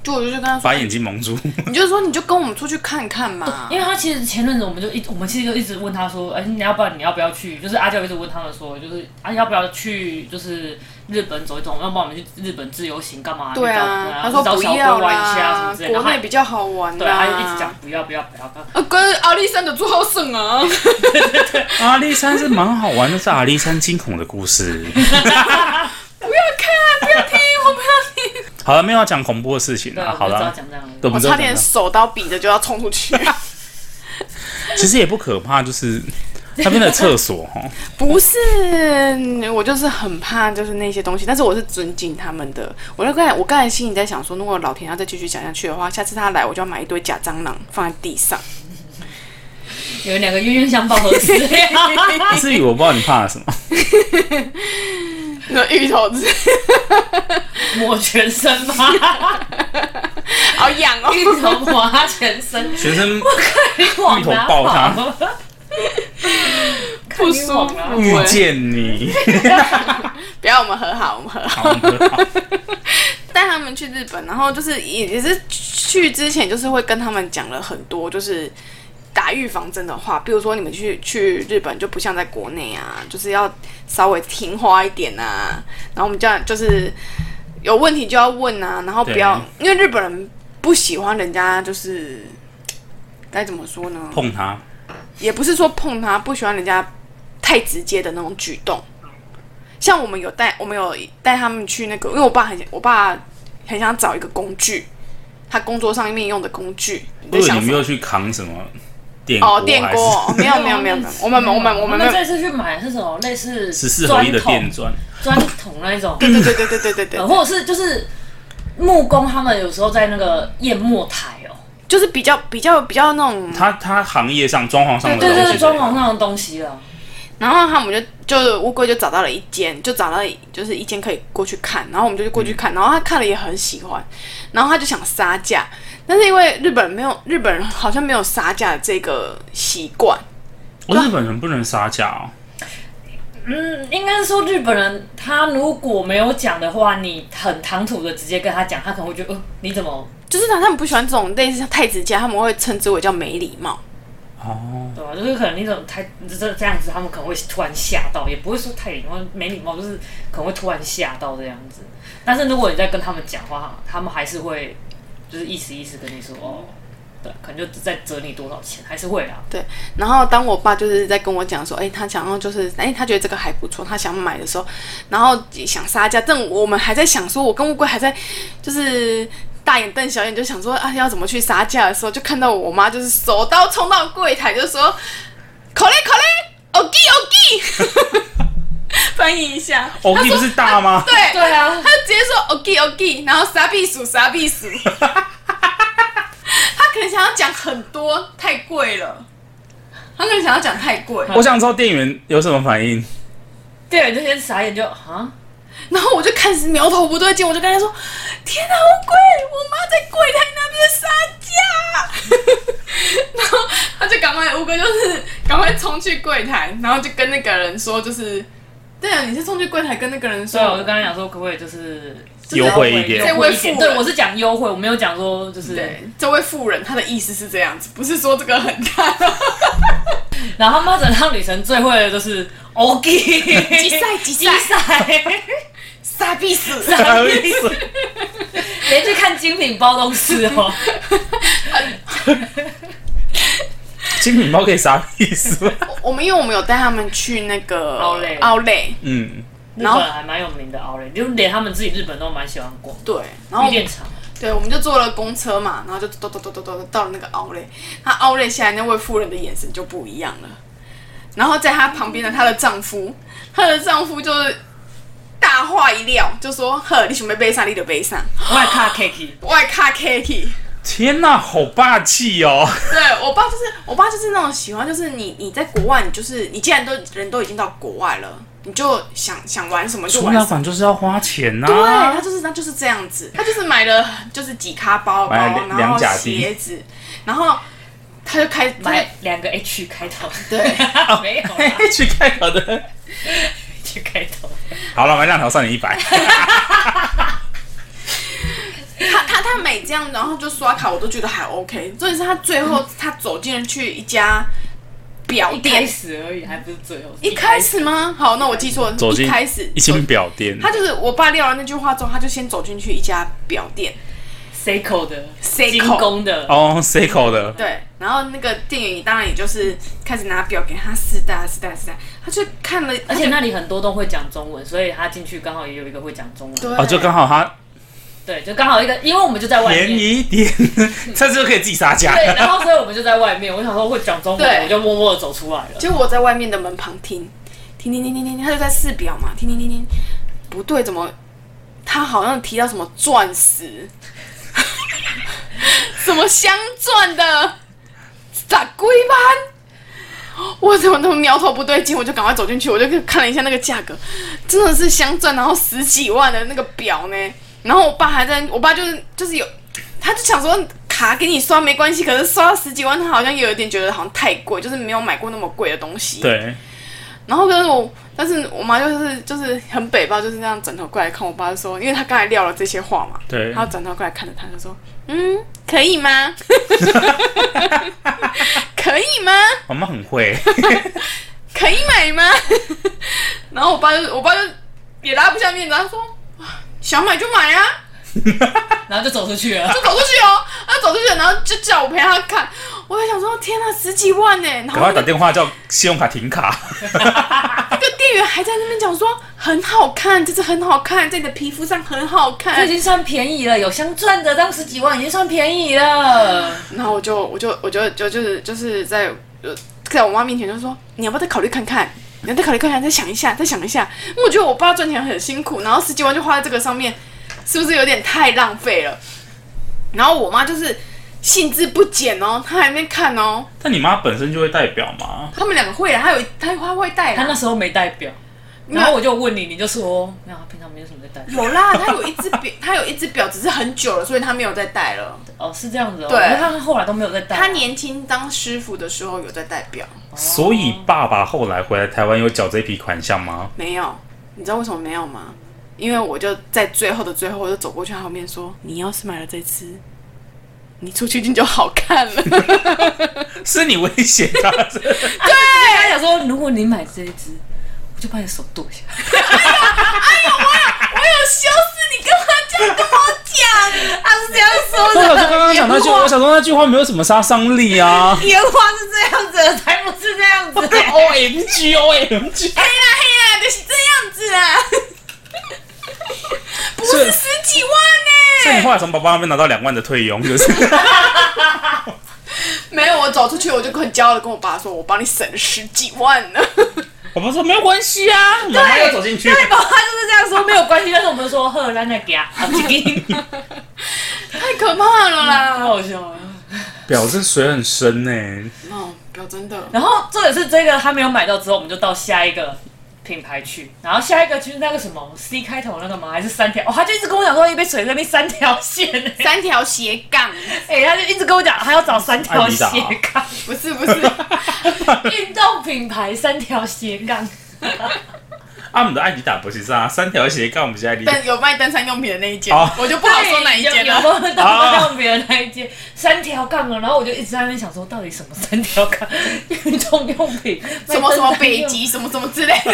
A: 就我就跟他说，
C: 把眼睛蒙住，
A: 你就说你就跟我们出去看看 嘛
B: 因。为他其实前阵子我们就一直我们其实就一直问他说，哎、你要不要你要不要去？就是阿娇一直问他们说，就是啊要不要去就是日本走一走，要不然我们去日本自由行干嘛？
A: 对
B: 你
A: 啊，
B: 找
A: 他说
B: 找
A: 不
B: 小龟
A: 要
B: 玩一下什
A: 啦
B: 么之，类
A: 国
B: 的。然后
A: 内
B: 他
A: 比较好玩
B: 对，啊他一直
A: 啦
B: 讲。不要不要不要。
A: 啊，跟阿丽山的住好省 啊！
C: 阿里山是蛮好玩的，是阿里山惊恐的故事。
A: 我不要听，
C: 好了，没有要讲恐怖的事情
B: 对，
C: 了、好
B: 我就知道
C: 了，
B: 讲这样 的。
C: 对我
A: 我
C: 们就
A: 差
C: 讲
A: 点
C: 到
A: 手刀比着就要冲出去。
C: 其实也不可怕，就是 那边的厕所哈，
A: 不是，我就是很怕就是那些东西，但是我是尊敬他们的。我就刚才我刚才心里在想说，如果老田要再继续讲下去的话，下次他来我就要买一堆假蟑螂放在地上。
B: 有两个冤冤相报何时 了？
C: 至于我不知道你怕什么，
A: 那芋头子
B: 抹全身 吗？
A: 好痒哦，
B: 一头抹他全身，
C: 全身
B: 你往哪
C: 芋头爆他
B: 跑，啊
A: 不舒服
B: 看
C: 遇
A: 欸。
C: 见你，
A: 不要我们和好，我们和好。
C: 好的好
A: 带他们去日本，然后就是也也是去之前，就是会跟他们讲了很多，就是打预防针的话，比如说你们去去日本就不像在国内啊，就是要稍微听话一点啊，然后我们这样就是有问题就要问啊，然后不要因为日本人不喜欢人家就是该怎么说呢？
C: 碰他，
A: 也不是说碰他，不喜欢人家太直接的那种举动。像我们有带，我们有带他们去那个，因为我爸很，我爸很想找一个工具，他工作上面用的工具。
C: 因
A: 你在
C: 为
A: 想
C: 你
A: 什
C: 没
A: 么
C: 有去扛什么电锅
A: 哦，电
C: 还是
A: 锅哦没有没有没有，没有我们我们我们
B: 我
A: 没
B: 们
A: 有。
B: 这次去买的是什么？类似
C: 十四合一的
B: 砖
C: 电
B: 桶
C: 钻，
B: 砖桶那一种，
A: 对对对对对对对
B: 呃
A: 对，
B: 或者是就是木工他们有时候在那个燕墨台哦，
A: 就是比较比较比较那种，
C: 他他行业上装潢上的
B: 对
C: 东
B: 对
C: 西
B: 对，
C: 的
B: 装潢上的东西了。
A: 然后他们就就乌龟就找到了一间，就找到就是一间可以过去看，然后我们就过去看，然后他看了也很喜欢，然后他就想杀价，但是因为日本没有日本人好像没有杀价的这个习惯，
C: 我日本人不能杀价哦，
B: 嗯，应该说日本人他如果没有讲的话，你很唐突的直接跟他讲，他可能会觉得，呃，你怎么
A: 就是他他们不喜欢这种类似像太直接，他们会称之为叫没礼貌。
C: 哦，
B: 对吧、就是可能你怎么太这这样子，他们可能会突然吓到，也不会说太礼貌没礼貌，就是可能会突然吓到这样子。但是如果你在跟他们讲话，他们还是会就是意思意思跟你说哦。对，可能就再折你多少钱，还是会啦。
A: 对，然后当我爸就是在跟我讲说，哎、他想要就是，哎、他觉得这个还不错，他想买的时候，然后想杀价，但我们还在想说，我跟乌龟还在就是大眼瞪小眼，就想说啊要怎么去杀价的时候，就看到我妈就是手刀冲到柜台，就说口令口令 o k o k 哦 翻译一下
C: 哦，你不是大吗？
A: 对
B: 对啊
A: 他直接说 OK OK，然后傻避暑傻避暑， 他可能想要讲很多，太贵了，他可能想要讲太 贵，
C: 我想知道店员有什么反应。
B: 店员就先傻眼就，啊，
A: 然后我就开始苗头不对劲，我就跟他说：“天哪，好贵！我妈在柜台那边杀价。” 然后他就赶快，吴哥就是赶快冲去柜台，然后就跟那个人说，就是。对啊，你是冲去柜台跟那个人
B: 所以啊我就
A: 说，
B: 跟他讲说，可不可以就是
C: 优惠一点
B: 优惠一
A: 这位
B: 点
A: 妇人
B: 对，我是讲优惠，我没有讲说就是。
A: 对，这位妇人她的意思是这样子，不是说这个很大。
B: 然后妈整趟旅程最会的就是 OK，
A: 吉赛吉赛
B: 赛，
A: 傻逼死！
C: 啥 意思？
B: 连去看精品包都是哦。
C: 精品包可以啥意思？
A: 我们因为我们有带他们去那个
B: Outlet
A: 奥莱，
C: 嗯，
B: 日
A: 然后
B: 本还蛮有名的 Outlet，就连他们自己日本都蛮喜欢逛的。
A: 对，然后
B: 有点长，
A: 对，我们就坐了公车嘛，然后就嘟嘟嘟嘟嘟嘟到了那个奥莱，他奥莱下来那位妇人的眼神就不一样了，然后在她旁边的她的丈夫，她的丈夫就是大话一撂，就说：“呵，你想要背上，你就背上，
B: 外卡 Kiki，
A: 我爱看 Kitty。”
C: 天哪、好霸气哦！
A: 对我爸就是我爸就是那种喜欢，就是你你在国外，你就是你既然都人都已经到国外了，你就想想玩什么就
C: 出
A: 玩
C: 老
A: 什么。
C: 板就是要花钱呐、
A: 对他就是他就是这样子，他就是买了就是几咖包包，
C: 买了两
A: 然后
C: 两甲滴
A: 鞋子，然后他就开
B: 买两个 H 开 头，
A: 对，
B: 没有 啦
C: 对，去啊开头的。
B: ，H 开头，
C: 好了，麦当条算你一百。
A: 他他他每这样，然后就刷卡，我都觉得还 OK。重点是他最后他走进去一家表
B: 嗯一开
A: 店，
B: 始而已，还不是最后。
A: 一开始吗？好，那我记错了，
C: 走
A: 一
C: 进
A: 开始
C: 一间表店，
A: 他就是我爸撂了那句话之后，他就先走进去一家表店，
B: Seiko 的
A: Seiko
B: 精工的，
C: 哦，Seiko 的，
A: 对，然后那个店员当然也就是开始拿表给他试戴试戴试戴，他就看了，
B: 而且那里很多都会讲中文，所以他进去刚好也有一个会讲中文的。
A: 对，
C: 哦，就刚好它
B: 对，就刚好一个，因为我们就在外
C: 便
B: 面。
C: 宜一点， 这就可以自己杀价。
B: 对，然后所以我们就在外面。我想说会讲中文，
A: 对
B: 我就默默的走出来了。
A: 结果我在外面的门旁听，听听听听听，他就在试表嘛，听听听听，不对，怎么他好像提到什么钻石， 什么镶钻的咋龟班？我怎么那么苗头不对劲？我就赶快走进去，我就看了一下那个价格，真的是镶钻，然后十几万的那个表呢。然后我爸还在，我爸就是就是有，他就想说卡给你刷没关系，可是刷到十几万，他好像也有一点觉得好像太贵，就是没有买过那么贵的东西。
C: 对，
A: 然后跟我，但是我妈就是就是很北吧，就是这样转头过来看我爸，就说，因为他刚才撂了这些话嘛，
C: 对
A: 然后转头过来看着他，就说，嗯，可以吗？ 可以吗？
C: 我妈很会，
A: 可以买吗？ 然后我爸就我爸就也拉不下面子，他说，啊想买就买啊，
B: 然后就走出去了。
A: 就走出去哦，他走出去，然后就叫我陪他看，我就想说，天啊，十几万呢，然
C: 赶
A: 后
C: 快打电话叫信用卡停卡。
A: 那个店员还在那边讲说，很好看，这只很好看，在你的皮肤上很好
B: 这
A: 看
B: 已，经算便宜了，有镶钻的当时几万已经算便宜了。
A: 然后我就我就我就就就是就是在呃在我妈面前就说，你要不要再考虑看看？你要再考虑看看，再想一下，再想一下。因为我觉得我爸赚钱很辛苦，然后十几万就花在这个上面，是不是有点太浪费了？然后我妈就是兴致不减哦，她还没看哦，
C: 但你妈本身就会代表嘛，
A: 他们两个会啊，她有她她会带
B: 他
A: 啦
B: 那时候没带表，然后我就问你，你就说没有，他平常没有什么在带。
A: 有啦，她有一只表，她有一只表，只是很久了，所以她没有再戴了。
B: 哦，是这样子哦。
A: 对
B: 可是他后来都没有在带。
A: 她年轻当师傅的时候有在戴表，
C: 所以爸爸后来回来台湾有缴这笔款项吗？
A: 没有，你知道为什么没有吗？因为我就在最后的最后，我就走过去他后面说：“你要是买了这只，你出去一定就好看 了。哎
C: 是你威胁他，
B: 哎他想说，如果你买这一只，我就把你的手剁下来。”
A: 我有羞耻，你干嘛这样跟我讲？啊他是这样说
C: 我 想说刚刚讲那句，我想说那句话没有什么杀伤力啊。
B: 原话是这样子的，才不是这样子的。
C: O M G O M G，
A: 嘿啦嘿啊 啦，就是这样子啦。不是十几万呢、
C: 所以你后来从爸爸那边拿到两万的退佣，就是
A: 没有，我走出去我就很骄傲的跟我爸说，我帮你省了十几万呢。
C: 我爸说没有关系啊，妈妈又走进去，
B: 对吧？他就是这样说，没有关系。但是我们说喝咱再给啊，
A: 太可怕了
B: 太
A: 啦！
B: 好笑了。
C: 表这水很深呢、
A: 哦，不要真的，
B: 然后这也是这个他没有买到之后，我们就到下一个品牌去。然后下一个就是那个什么 C 开头那个吗？还是三条？哦，他就一直跟我讲说一杯水那边三条线 呢、
A: 三条斜杠，
B: 哎、他就一直跟我讲他要找三条斜杠，
A: 不是不是，
B: 运动品牌三条斜杠。
C: 啊，我们的艾迪达不是这样，三条鞋杠我们是艾迪达。
A: 但有卖登山用品的那一间
C: 哦，
A: 我就不好说哪一间
B: 有有
A: 了。
B: 没有到到别人那一间三条杠啊了？然后我就一直在那边想说，到底什么三条杠？ 运动用品，
A: 什么什么北极什么什么之类的，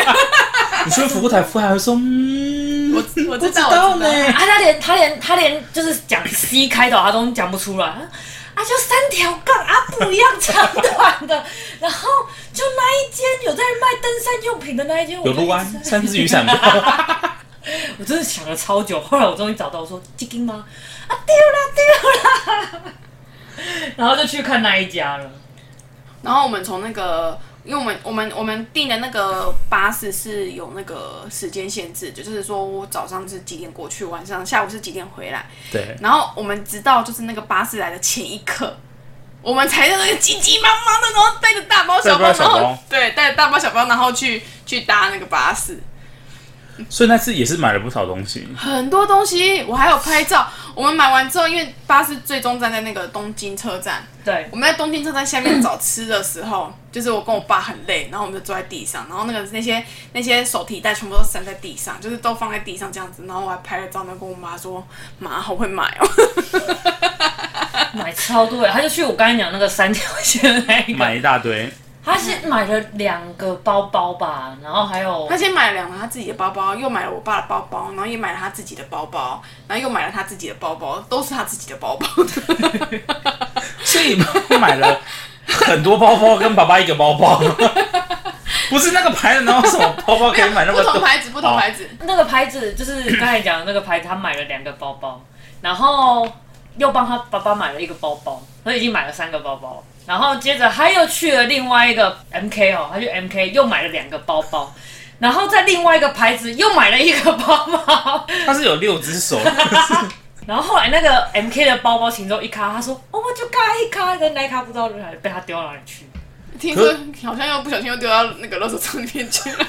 C: 你去服务台服务台还说，嗯，
A: 我我知道
C: 道
A: 我知道
C: 呢
B: 啊，他连他连他连就是讲 C 开头，他都讲不出来。啊，就三条杠啊，不一样 长短的。然后就那一间有在卖登山用品的那一间，我
C: 有
B: 就一
C: 路
B: 直
C: 安
B: 在
C: 三只雨伞包，
B: 我真的想了超久，后来我终于找到，我说鸡丁吗？啊，丢啦丢 啦！然后就去看那一家了。
A: 然后我们从那个，因为我们我们我们订的那个巴士是有那个时间限制，就是说我早上是几点过去，晚上下午是几点回来。
C: 对，
A: 然后我们直到就是那个巴士来的前一刻，我们才在那个急急忙忙的，然后带着大包小包，
C: 带着大
A: 然
C: 包小包
A: 后对，带着大包小包，然后去去搭那个巴士。
C: 所以那次也是买了不少东西，
A: 很多东西，我还有拍照。我们买完之后，因为巴士最终站在那个东京车站，
B: 对
A: 我，们在东京车站下面找吃的时候，就是我跟我爸很累，然后我们就坐在地上，然后那个那些那些手提袋全部都散在地上，就是都放在地上这样子，然后我还拍了照，然后跟我妈说：“妈，好会买哦。
B: 买超多的，他就去我刚才讲那个三条线的那一
C: 买
B: 个，
C: 一大堆。
B: 他是买了两个包包吧，然后还”有
A: 他先买了两个他自己的包包，又买了我爸的包包，然后也买了他自己的包包，然后又买了他自己的包包，都是他自己的包包。
C: 所以 买了很多包包，跟爸爸一个包包，不是那个牌子，然后什么包包可以买那么
A: 不
C: 多？
A: 同牌子，不同牌子。
B: 那个牌子就是刚才讲的那个牌子，他买了两个包包，然后又帮他爸爸买了一个包包，所以已经买了三个包包。然后接着他又去了另外一个 MK 哦，他去 MK 又买了两个包包，然后在另外一个牌子又买了一个包包。
C: 它是有六只手，
B: 然后后来那个 MK 的包包其中一卡，他说：“哦，我就卡一卡，跟那一卡不知道哪里被他丢到哪里去。
A: 听说好像又不小心又丢到那个垃圾桶里面去了。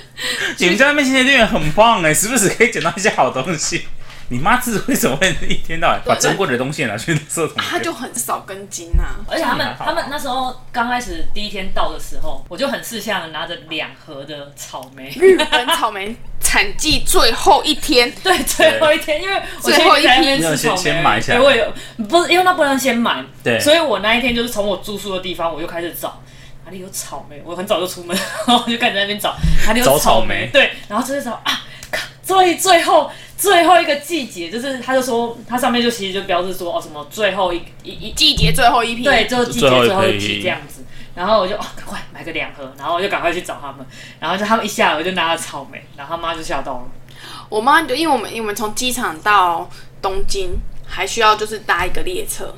C: 你们家那边新鲜店员很棒哎，时不时可以捡到一些好 东西。你妈是为什么会一天到晚把珍贵的东西拿去垃圾桶？
A: 他 就很少啊跟进呐、”
B: 而且他
C: 这
B: 们
C: 样也还好
B: 他们那时候刚开始第一天到的时候，我就很识相的拿着两盒的草莓。
A: 日本草莓产季最后一天，
B: 对，最后一天，因为我前天在那边吃草莓，
C: 最后一批先买起来
B: 对我有不是因为那不能先买，
C: 对
B: 所以我那一天就是从我住宿的地方我就开始找。哪里有草莓？我很早就出门，然 后我就开始在那边找哪里有
C: 找
B: 草
C: 草莓
B: 对，然后就是找啊，靠所以最后最后一个季节，就是他就说它上面就其实就标志说哦什么最后一一一
A: 季节最后一批。
B: 对，，就季节
C: 最后一
B: 最后一
C: 批
B: 批这样子。然后我就哦，赶快买个两盒，然后我就赶快去找他们，然后就他们一下来我就拿了草莓，然后他妈就吓到了。
A: 我妈就因为我们因为我们从机场到东京还需要就是搭一个列车，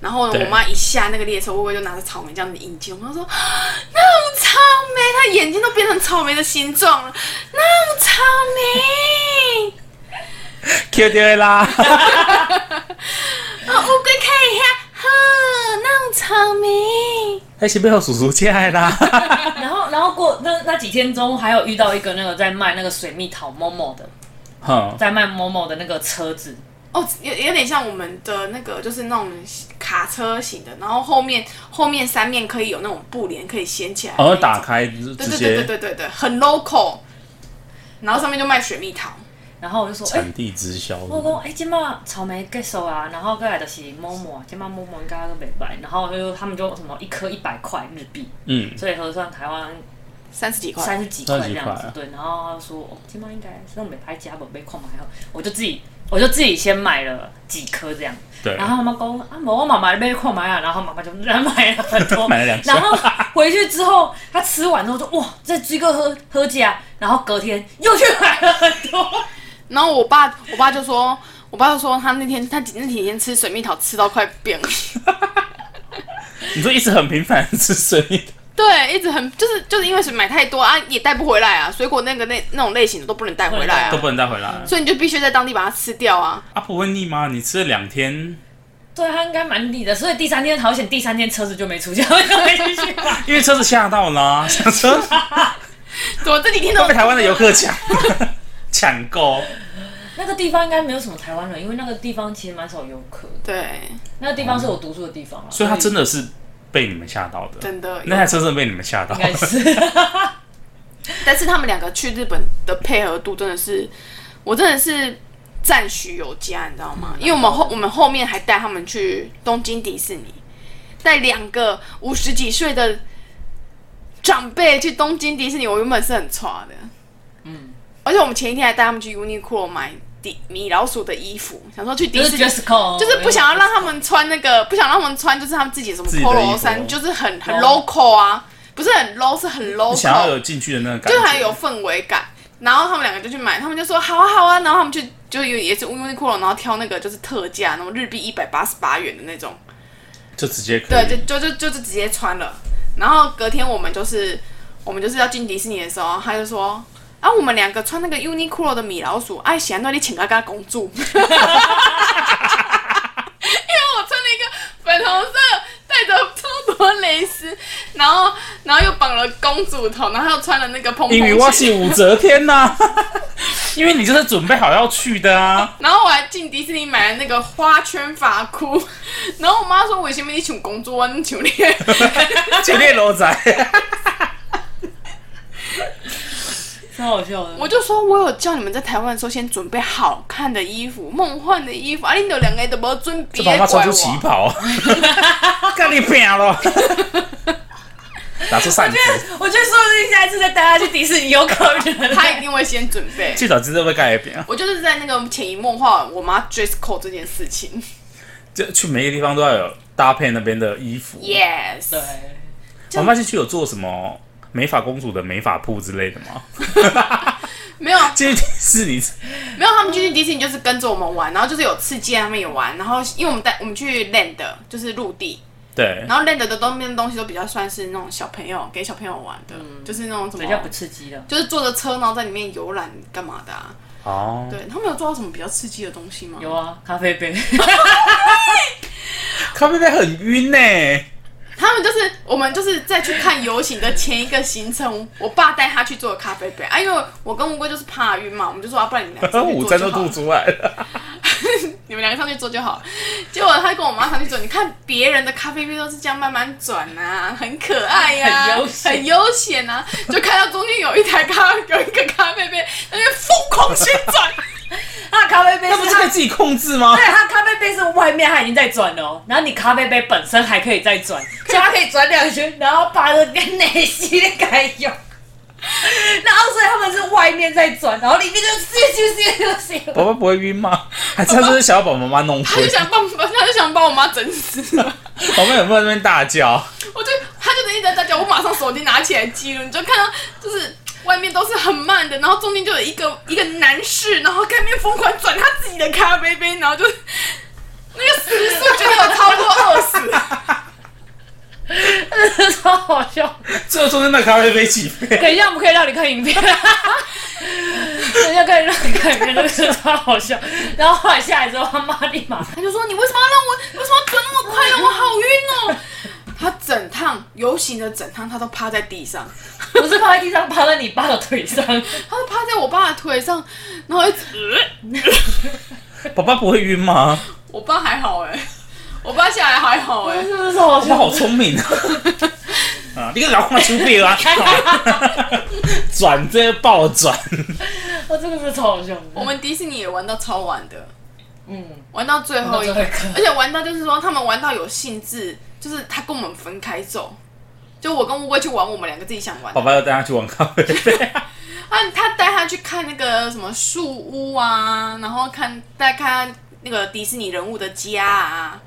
A: 然后呢
C: 对
A: 我妈一下那个列车，我就拿着草莓这样子引进，我妈说那种草莓，她眼睛都变成草莓的形状了，那种草莓。
C: Q D A 啦，
A: 哦，乌龟看一下，呵，那种草莓。
C: 哎还是背后叔叔亲爱啦。
B: 然后，然后过那那几天中，还有遇到一个那个在卖那个水蜜桃 Momo 的，
C: 哼，
B: 在卖 Momo 的那个车子，
A: 哦，有有点像我们的那个，就是那种卡车型的，然后后面后面三面可以有那种布帘可以掀起来，
C: 然后哦打，开就
A: 对对对对
C: 直接
A: 对对对，很 local，然后上面就卖水蜜桃，
B: 然后我就说，哎、
C: 产地直销。
B: 我
A: 哦
B: 说，哎、今麦草莓结束啊，然后过来就是 Momo，今麦 Momo 应该都没卖，然后就他们就什么一颗一百块日币，
C: 嗯，
B: 所以合算台湾
A: 三十几块，
B: 三十几块这样
C: 30
B: 子
C: 块，
B: 对，然后他说，哦，今麦应该是美拍加本被空买后，我就自己我就自己先买了几颗这样，
C: 对
B: 然，后他妈讲啊，某我妈妈被扣买啊，然后妈妈就让她买了很多，
C: 买了两箱
B: 然后回去之后，她吃完之后就哇，再追个喝喝起啊，然后隔天又去买了很多，
A: 然后我爸我爸就说。我爸说他那天他那几天吃水蜜桃吃到快扁，
C: 你说一直很频繁地吃水蜜桃，
A: 对，一直很就是就是因为是买太多啊，也带不回来啊，水果那个那那种类型的都不能带回来
C: 都
A: 啊，
C: 不能带 回来。
A: 所以你就必须在当地把它吃掉 啊。
C: 啊，不会腻吗？你吃了两天，
B: 对他应该蛮理的，所以第三天好险，第三天车子就没出 现，我就没继续买。
C: 因为车子吓到了 啊、想车
A: 怎么这几天都
C: 被台湾的游客抢 抢购。
B: 那个地方应该没有什么台湾人，因为那个地方其实蛮少游客的，
A: 对，
B: 那个地方是我读书的地方啊，
C: 所以他真
B: 的
C: 的是被你们吓到的，
A: 真的。
C: 那台车真的被你们吓到
B: 应。该 是。
A: 但是他们两个去日本的配合度真的是，我真的是赞许有加，你知道吗？
C: 嗯
A: 因为我们后我们后面还带他们去东京迪士尼，带两个五十几岁的长辈去东京迪士尼，我原本是很差的，嗯，而且我们前一天还带他们去 Uniqlo 买迪米老鼠的衣服，想说去迪
B: 就
A: 士
B: 是
A: 尼
B: dress code，
A: 就是不
C: 哦
A: 想要让他们穿那个，不想让他们穿，就是他们自己什么
C: 自己的衣服哦
A: polo 衫，就是很很
B: low
A: local 啊，不是很 low，是很 local，
C: 想要有进去的那个感
A: 就
C: 觉，
A: 很有氛围感。然后他们两个就去买，他们就说好啊好啊，然后他们就就有也是 Uniqlo，然后挑那个就是特价，那种日币一百八十八元的那种，
C: 嗯就直接可
A: 对，
C: 以。
A: 就就就就是直接穿了。然后隔天我们就是我们就是要进迪士尼的时候，他就说啊，我们两个穿那个 Uniqlo 的米老鼠，哎、啊，显然你请个跟公 主，因为我穿了一个粉红色，带着超多蕾丝，然后然后又绑了公主头，然后又穿了那个蓬
C: 英语
A: 蓬
C: 哇
A: 裙
C: 是武则天呐、 因为你就是准备好要去的啊。
A: 然后我还进迪士尼买了那个花圈发箍， 然后我妈说我以前没你请工作啊，你请你，
C: 前列罗仔，
B: 超好笑的。
A: 我就说我有叫你们在台湾的时候先准备好看的衣服、梦幻的衣服，啊，你有两个都没有准备，
C: 这把妈
A: 怪
C: 穿出
A: 我。
C: 旗袍， 干你拼了！拿出扇子，
B: 我就说不定下一次再带他去迪士尼有可能。
A: 她一定会先准备。
C: 最早真的会干啊一遍，
A: 我就是在那个潜移默化我妈 dress code 这件事情。
C: 就去每个地方都要有搭配那边的衣服。
A: Yes，
B: 对，
C: 我妈进去有做什么美发公主的美发铺之类的 吗？
A: 没有
C: 进去迪士尼
A: 没有，他们去迪士尼就是跟着我们玩，然后就是有刺激，他们也玩，然后因为我们带我们去 land 就是陆地，
C: 对，
A: 然后 land 的东边东西都比较算是那种小朋友给小朋友玩的，就是那种什么
B: 比较不刺激的。
A: 就是坐着车，然后在里面游览干嘛的、啊？
C: 哦，
A: 对他们有做到什么比较刺激的东西吗？
B: 有 啊，咖啡杯，
C: 咖啡杯很晕呢、
A: 他们就是我们就是在去看游行的前一个行程，我爸带他去做咖啡杯啊，因为我跟乌龟就是怕晕嘛，我们就说啊，不然你们两个上去
C: 午
A: 做
C: 餐
A: 就好
C: 都吐
A: 了，
C: 出来 了，
A: 你们两个上去做就好了。结果他跟我妈上去做，你看别人的咖啡杯都是这样慢慢转啊，很可爱呀、
B: 很悠闲
A: 很悠闲啊，就看到中间有一台咖有一个咖啡杯在那边疯狂旋 转，
B: 那咖啡杯
C: 那不
B: 是
C: 是可以
B: 它，
C: 自己控制 吗
B: 对，？它咖啡杯是外面它已经在转了哦，然后你咖啡杯本身还可以再 转，所以它可以转两圈，然后把那个内吸改用。 然后所以他们是外面在转，然后里面就吸吸吸吸吸。
C: 宝宝不会晕吗？ 还是他就是想要把妈妈弄
A: 他就
C: 昏？
A: 想把他就想把我妈整死了。
C: 宝贝有没有在那边大叫？
A: 我就他就一直在大叫，我马上手机拿起来记录，你就看到就是外面都是很慢的，然后中间就有一个一个男士，然后在那边疯狂转他自己的咖啡杯，然后就那个时速就有超过二十，
B: 超好 笑。
C: 最后中间那咖啡杯起飞，
B: 等一下，我们可以让你看影片。 等一下可以让你看影片，真的是超好笑。然后后来下来之后，他妈立马
A: 他就说你为什么要让我为什么要转那么快，让我好晕哦。他整趟游行的整趟，他都趴在地上，
B: 不是趴在地上，趴在你爸的腿上。
A: 他都趴在我爸的腿上，然后一直、呃
C: 宝宝不会晕吗？
A: 我爸还好哎、我爸下来还好哎、
B: 真的是好
C: 宝宝
B: 笑。
C: 好 聪明啊！啊，你个老看出病啊！转这个爆转，
B: 我哦这个是超好笑的。
A: 我们迪士尼也玩到超晚的，
B: 嗯，
A: 玩到最后一个
B: 玩到最后一，
A: 而且玩到就是说他们玩到有兴致，就是他跟我们分开走，就我跟乌龟去玩我们两个自己想玩
C: 宝。宝要带他去玩咖啡杯，
A: 他他带他去看那个什么树屋啊，然后看带看那个迪士尼人物的家啊，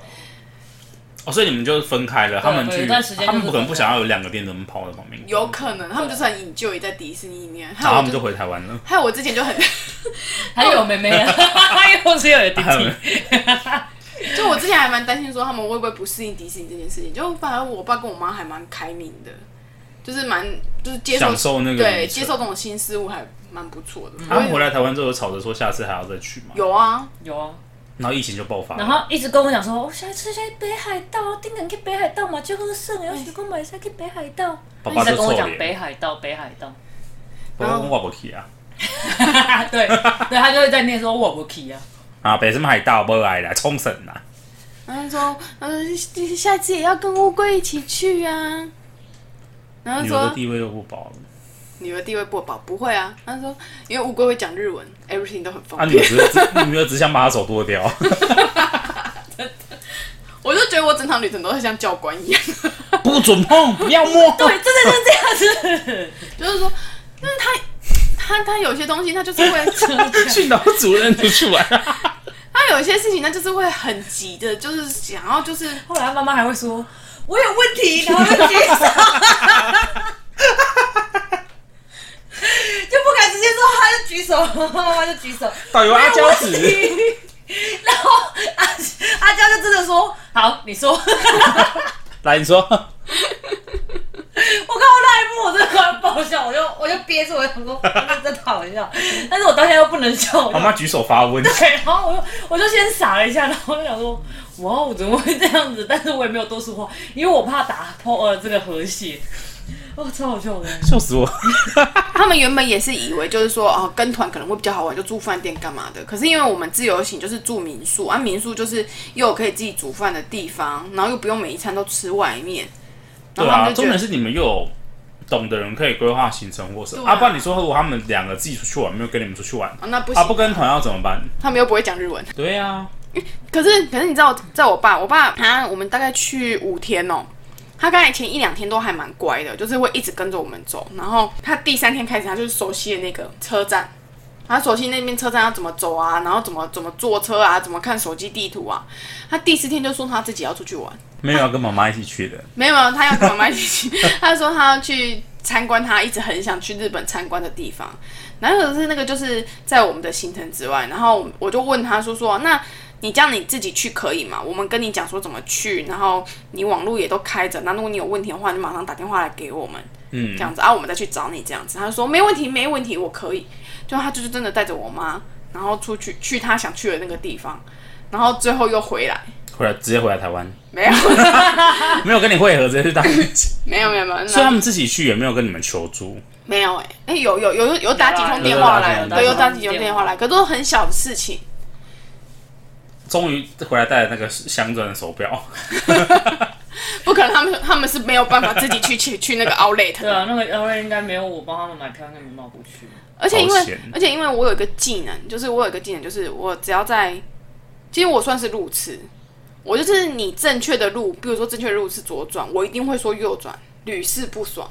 C: 哦，所以你们就分开了，他们
B: 对有
C: 去，
B: 一段时间
C: 他们
B: 就是
C: 不可能
B: 分
C: 不想要有两个电灯泡在旁边，
A: 有可
C: 嗯
A: 能他们就是很引咎于在迪士尼里面，还
C: 然
A: 有
C: 后他
A: 我
C: 们就
A: 就
C: 回台湾 了。
A: 还有我之前就很，
B: 还有妹妹 啊，又是又有弟
C: 还有
B: 弟，
A: 就我之前还蛮担心说他们会不会不适应迪士尼这件事情，就反而我爸跟我妈还蛮开明的，就是蛮就是接受
C: 享受那个
A: 对
C: 旅程
A: 接受这种新事物还蛮不错的。
C: 他们
A: 我
C: 回
A: 也
C: 来台湾之后有吵着说下次还要再去嘛，
A: 有啊，
B: 有啊。
C: 然后疫情就爆发了，
B: 然后一直跟我讲说，我、哦、下次去北海道，顶人去北海道嘛，最好耍的，要是讲买下去北海道。
C: 爸
B: 一
C: 爸
B: 直
C: 就
B: 跟我
C: 哦臭
B: 讲
C: 脸，
B: 北海道，北海道。
C: 爸爸问我不去啊，
B: 对对，他就会在念说我不去啊。
C: 啊，北什么海道不来啦，冲绳啦，
A: 然后说嗯、呃下次也要跟乌龟一起去啊。然后
C: 女儿的
A: 说
C: 地位又不保了，
A: 女儿地位不保，不会啊。他说因为乌龟会讲日文，everything 都很方
C: 啊，
A: 便。
C: 女儿 只女儿只想把他手剁掉，
A: 我就觉得我整场旅程都是像教官一样，
C: 不准碰，不要 摸，
B: 对，真的就是这样子。
A: 就是说，因为他他他有些东西他就是 会。
C: 训导主任出去玩，
A: 他有一些事情，他就是会很急的，就是想要就是
B: 后来妈妈还会说我有问题，然后就接 受，就不敢直接说，他就举手， 妈妈就举手。
C: 导游阿娇子，
B: 然后阿阿娇就真的说：“好，你说。”
C: 来你说。
B: 我看到那一幕，我真的快要爆笑，我就我就憋住，我想 说，真的好笑，但是我当下又不能笑，我就
C: 妈妈举手发问，
B: 对， 然后我就我就先傻了一下，然后就想说，哇哦，我怎么会这样子？但是我也没有多说话，因为我怕打破呃这个和谐。哦，超好笑的，
C: 笑死我！
A: 他们原本也是以为就是说哦，跟团可能会比较好玩，就住饭店干嘛的。可是因为我们自由行就是住民宿，啊，民宿就是又有可以自己煮饭的地方，然后又不用每一餐都吃外面。然
C: 对
A: 后他
C: 啊，
A: 们就
C: 重
A: 觉
C: 点
A: 得
C: 是你们又有懂的人可以规划行程或什么。
A: 对啊
C: 啊，不然你说如果他们两个自己出去玩，没有跟你们出去玩，
A: 啊，那不行，
C: 啊，不跟团要怎么办？
A: 他们又不会讲日文。
C: 对啊，
A: 可是可是你知道，在我爸，我爸他我们大概去五天哦。他刚才前一两天都还蛮乖的，就是会一直跟着我们走。然后他第三天开始，他就是熟悉的那个车站，他熟悉那边车站要怎么走啊，然后怎么怎么坐车啊，怎么看手机地图啊。他第四天就说他自己要出去玩，
C: 没有要跟妈妈一起去的，
A: 没有没有，他要跟我妈一起去。他说他要去参观他一直很想去日本参观的地方。然后可是那个就是在我们的行程之外，然后我就问他说说，那你这样你自己去可以吗？我们跟你讲说怎么去，然后你网络也都开着，那如果你有问题的话，你马上打电话来给我们，
C: 嗯
A: 这，样子啊，我们再去找你这样子。他就说没问题，没问题，我可以。就他就是真的带着我妈，然后出去去他想去的那个地方，然后最后又回来，
C: 回来直接回来台湾，
A: 没有
C: 没有跟你会合，直接去 大陆。
A: 没有没有没有，
C: 所以他们自己去也没有跟你们求助，
A: 没有哎、哎、有有有有有打几通
C: 有
B: 啊
A: 电
C: 啦
A: 话
C: 有
A: 来，
C: 有打
A: 对，有
C: 几
A: 打
B: 通
A: 几通
B: 电
A: 电
B: 话
A: 话来，可都很小的事情。
C: 终于回来带了那个镶钻的手表，
A: 不可能，他们他们是没有办法自己去去去那个 outlet
B: 对
A: 的，
B: 啊，那个 L A 应该没有我帮他们买票，应该没办法过去。
A: 而且因
C: 好
A: 为
C: 险
A: 而且因为我有一个技能，就是我有一个技能，就是我只要在，其实我算是路痴，我就是你正确的路，比如说正确的路是左转，我一定会说右转，屡试不爽。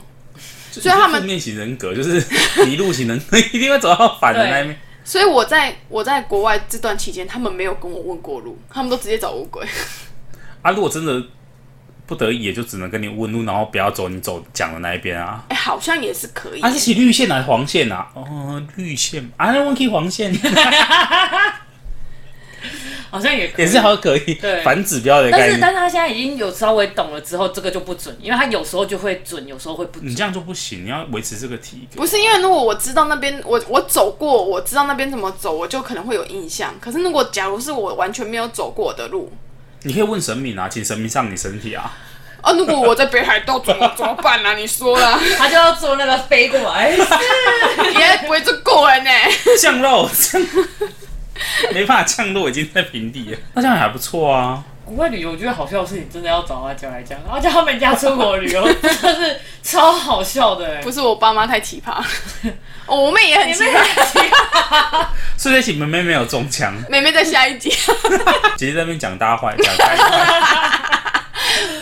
C: 所
A: 以他们
C: 负面型人格就是 迷路型人格，一定会走到反的那一面。
A: 所以我在我在国外这段期间，他们没有跟我问过路，他们都直接找乌龟。
C: 啊，如果真的不得已，也就只能跟你问路，然后不要走你走讲的那一边啊。
A: 哎、好像也是可以。
C: 啊，这是绿线还是黄线啊？哦，绿线啊，那问题黄线
B: 好像也可以
C: 也是好可以
B: 对，
C: 反指标的
B: 但
C: 概
B: 是但
C: 念。
B: 是他现在已经有稍微懂了之后，这个就不准，因为他有时候就会准，有时候会不准
A: 嗯
C: 你。这样就不行，你要维持这个体格。
A: 不是因为如果我知道那边我我走过，我知道那边怎么走，我就可能会有印象。可是如果假如是我完全没有走过的路，
C: 你可以问神明啊，请神明上你身体啊。
A: 啊，如果我在北海道怎么怎么办啊？你说 啦，
B: 他就要做那个飞过来，
A: 你还不会做过 人呢、
C: 降肉，降 没办法降落，已经在平地了。那这样也还不错啊。
B: 国外旅游，我觉得好笑的事情真的要找阿娇来讲，阿娇他们家出国旅游 真的是超好笑的、欸，
A: 不是我爸妈太奇 葩，哦我妹也很奇葩。
C: 所以这期妹妹没有中枪，
A: 妹妹在下一集，
C: 姐姐在那边讲大 话，讲大话，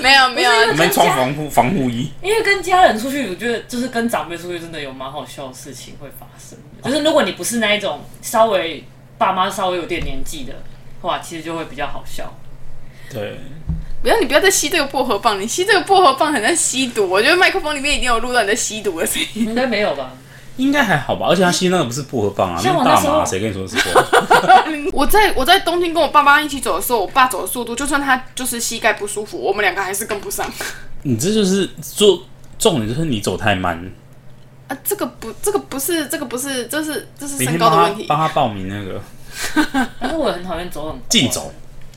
A: 没有没有，
B: 不是因为
C: 你们穿防护防护衣。
B: 因为跟家人出去，我觉得就是跟长辈出去，真的有蛮好笑的事情会发生的。就是如果你不是那一种稍微 爸妈稍微有点年纪的话，其实就会比较好笑。
C: 对，
A: 不要，你不要再吸这个薄荷棒，你吸这个薄荷棒很像吸毒。我觉得麦克风里面一定有录到你在吸毒的声 音。
B: 应该没有吧？
C: 应该还好吧？而且他吸那个不是薄荷棒啊，那
B: 像我
C: 是
B: 那
C: 大
B: 时候
C: 麻，谁跟你说是薄 荷？
A: 我在我在东京跟我爸妈一起走的时候，我爸走的速度，就算他就是膝盖不舒服，我们两个还是跟不上。
C: 你这就是做重点，就是你走太慢。
A: 啊，这个不，这个不是，这个不是，这是这是身
C: 明天
A: 高
C: 帮
A: 的问
C: 他
A: 题。
C: 帮他报名那个
B: 但是我很讨厌走很快
C: 竞走，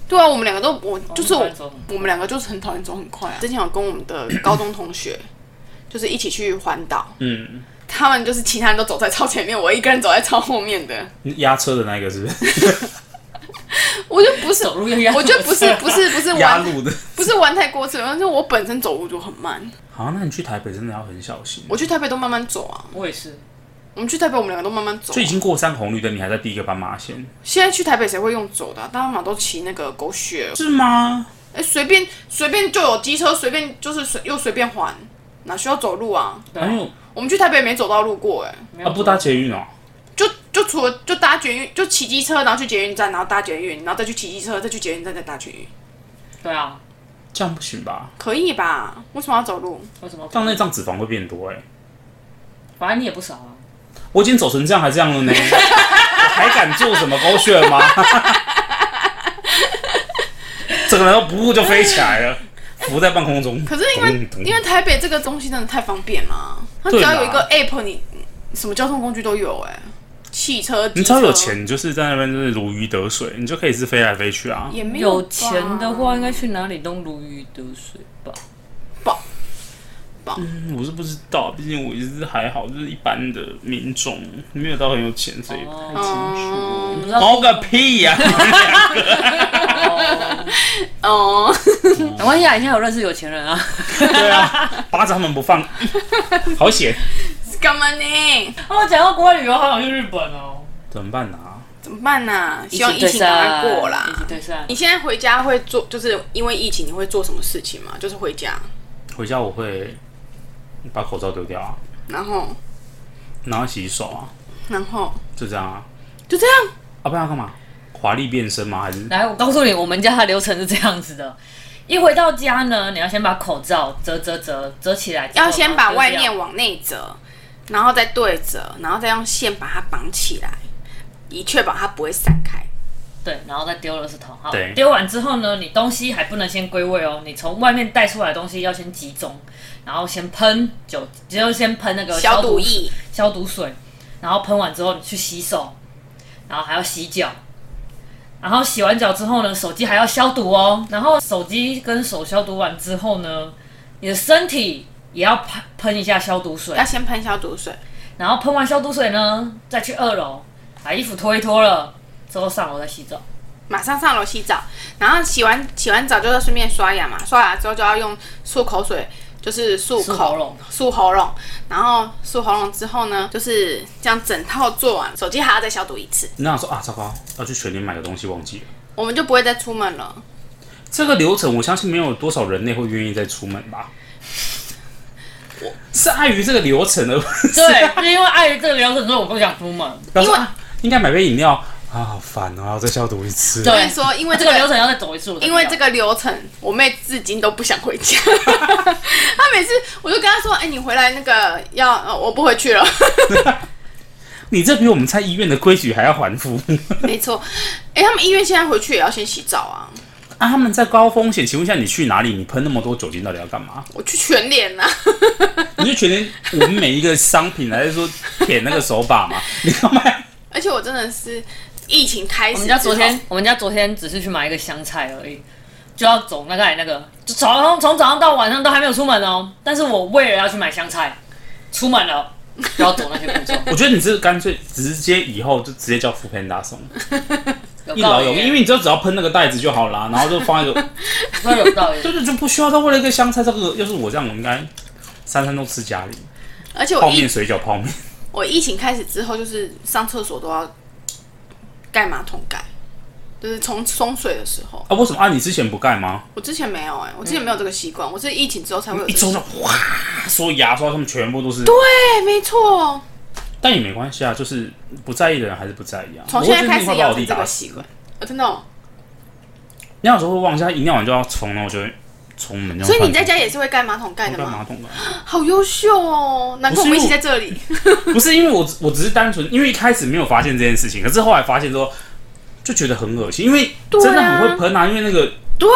A: 对啊，我们两个都我就是
B: 我
A: 我
B: 们走很快
A: 我们两个就是很讨厌走很快啊。之前有跟我们的高中同学，就是一起去环岛，
C: 嗯，
A: 他们就是其他人都走在超前面，我一个人走在超后面的。
C: 压车的那个是不 是？
A: 我就不是，
B: 走路要压
A: 我就不是
B: 车
A: 不是不是
C: 压
A: 玩
C: 路的。
A: 不是玩太过分，但是我本身走路就很慢，
C: 好，那你去台北真的要很小心。
A: 我去台北都慢慢走啊。
B: 我也是，
A: 我们去台北，我们两个都慢慢走啊、
C: 就已经过三红绿灯，你还在第一个斑马线，
A: 现在去台北谁会用走的、啊？大家嘛都骑那个狗血，
C: 是吗？
A: 哎、随便随便就有机车，随便就是随又随便还，哪需要走路啊？
B: 对啊
C: 哎呦，
A: 我们去台北没走到路过、哎，
B: 没有
C: 啊不搭捷运哦，
A: 就就除了就搭捷运，就骑机车，然后去捷运站，然后搭捷运，然后再去骑机车，再去捷运站，再搭捷运，
B: 对啊，
C: 这样不行吧？
A: 可以吧？为什么要走路？
B: 为什么要
C: 这样那张脂肪会变多哎、
B: 反正你也不少啊，
C: 我已经走成这样还这样了呢， 我还敢做什么狗血吗？ 整个人都不顾就飞起来了，浮在半空中。
A: 可是因为
C: 咚咚
A: 因为台北这个东西真的太方便啦，它只
C: 对啦
A: 要有一个 app，你什么交通工具都有哎、汽车、机
C: 你只要
A: 车
C: 有钱，你就是在那边就是如鱼得水，你就可以是飞来飞去啊。
A: 也没
B: 有
A: 吧
B: 钱的话应该去哪里都如鱼得水吧？
A: 吧。
C: 嗯我是不知道，毕竟我一直还好，就是一般的民众，没有到很有钱，所以不
B: 哦
C: 太清楚。
B: 你不知道
C: 毛个屁 呀、
A: 哦，
B: 没关系啊，以前有认识有钱人啊。
C: 对啊，巴掌他们不放，好险！
A: 干嘛呢？
B: 哦，讲到国外旅游，好想去日本哦。
C: 怎么办啊？
A: 怎么办呢、希望疫情赶快过啦
B: 一。起对上。
A: 你现在回家会做，就是因为疫情，你会做什么事情吗？就是回家，
C: 回家我会把口罩丢掉啊，
A: 然后，
C: 然后洗手啊，
A: 然后
C: 就这样啊。
A: 就这样。
C: 啊，不然要干嘛？华丽变身吗？还是
B: 来，我告诉你，我们家的流程是这样子的：一回到家呢，你要先把口罩折折折折起来，
A: 要先把外
B: 然后
A: 面往内折，然后再对折，然后再用线把它绑起来，以确保它不会散开。
B: 丢掉对，然后再丢垃圾桶。好
C: 对，
B: 丢完之后呢，你东西还不能先归位哦，你从外面带出来的东西要先集中，然后先喷酒，就是先喷那个
A: 消
B: 毒
A: 毒液，
B: 呃消毒水，然后喷完之后你去洗手，然后还要洗脚，然后洗完脚之后呢，手机还要消毒哦。然后手机跟手消毒完之后呢，你的身体也要喷喷一下消毒水
A: 要，先喷消毒水。
B: 然后喷完消毒水呢，再去二楼把衣服脱一脱了，之后上楼再洗 澡。
A: 马上上楼洗澡，然后洗完洗完澡就要顺便刷牙嘛，刷牙之后就要用漱口水，就是漱口
B: 漱喉咙
A: 漱喉咙，然后漱喉咙之后呢，就是这样整套做完，手机还要再消毒一次，
C: 你那想说啊，糟糕，要去全年买个东西忘记了。
A: 我们就不会再出门了。
C: 这个流程，我相信没有多少人类会愿意再出门吧。我是碍于这个流程而，
B: 对，是因为碍于这个流程，所以我不想出门。
C: 表示
A: 因为
C: 啊应该买杯饮料啊，好烦哦，还要再消毒一次。
A: 我
B: 对
A: 跟你说，因为
B: 这
A: 这
B: 个流
A: 个。
B: 程要再走一次，我才
A: 因为这
B: 不
A: 个
B: 要
A: 流程，我妹至今都不想回 家。她每次我就跟她说：“哎、你回来那个要、呃我不回去 了。”
C: 你这比我们在医院的规矩还要繁复
A: 没错，哎、他们医院现在回去也要先洗澡啊。
C: 啊！他们在高风险，请问一下，你去哪里？你喷那么多酒精到底要干嘛？
A: 我去全脸啊，
C: 你就全年我们每一个商品还是说舔那个手把嘛？你干嘛？
A: 而且我真的是疫情
C: 哎
A: 开始，
B: 我们家昨天，我们家昨天只是去买一个香菜而已，就要走那个那个，就早上从早上到晚上都还没有出门哦。但是我为了要去买香菜，出门了就要走那些步骤，
C: 我觉得你这干脆直接以后就直接叫 Food Panda 送， 一
B: 有道
C: 劳永
B: 理，
C: 逸，因为你就只要喷那个袋子 就好啊啦，然后就放一个
B: 说有道 理
C: 就。是就不需要再为了一个香菜，这个要是我这样，我应该三餐都吃家里
A: 而且
C: 泡
A: 我
C: 面、
A: 疫
C: 水饺、泡面。
A: 我疫情开始之后，就是上厕所都要盖马桶盖，就是从冲水的时候，
C: 啊，为什么啊？你之前不盖吗？
A: 我之前没有哎、我之前没有这个习惯，我是疫情之后才会有
C: 一
A: 这个
C: 冲
A: 习
C: 就
A: 惯。
C: 哗，所有牙刷他们全部都是。
A: 对，没错，
C: 但也没关系啊，就是不在意的人还是不在意啊。
A: 从现在开始
C: 我会
A: 养
C: 把我
A: 成
C: 弟
A: 这
C: 打
A: 个
C: 死。
A: 习惯。啊，真的、哦，
C: 你有时候会忘记，他一尿完就要冲了，我就会冲门这样翻过去。
A: 所以你在家也是会盖马桶盖
C: 我
A: 的
C: 盖
A: 吗
C: 马？桶盖？
A: 好优秀哦，难怪我们一起在这里。
C: 不是因为我只，我只是单纯因为一开始没有发现这件事情，可是后来发现之后就觉得很恶心，因为
A: 对啊
C: 真的很会喷啊，因为那个
A: 对，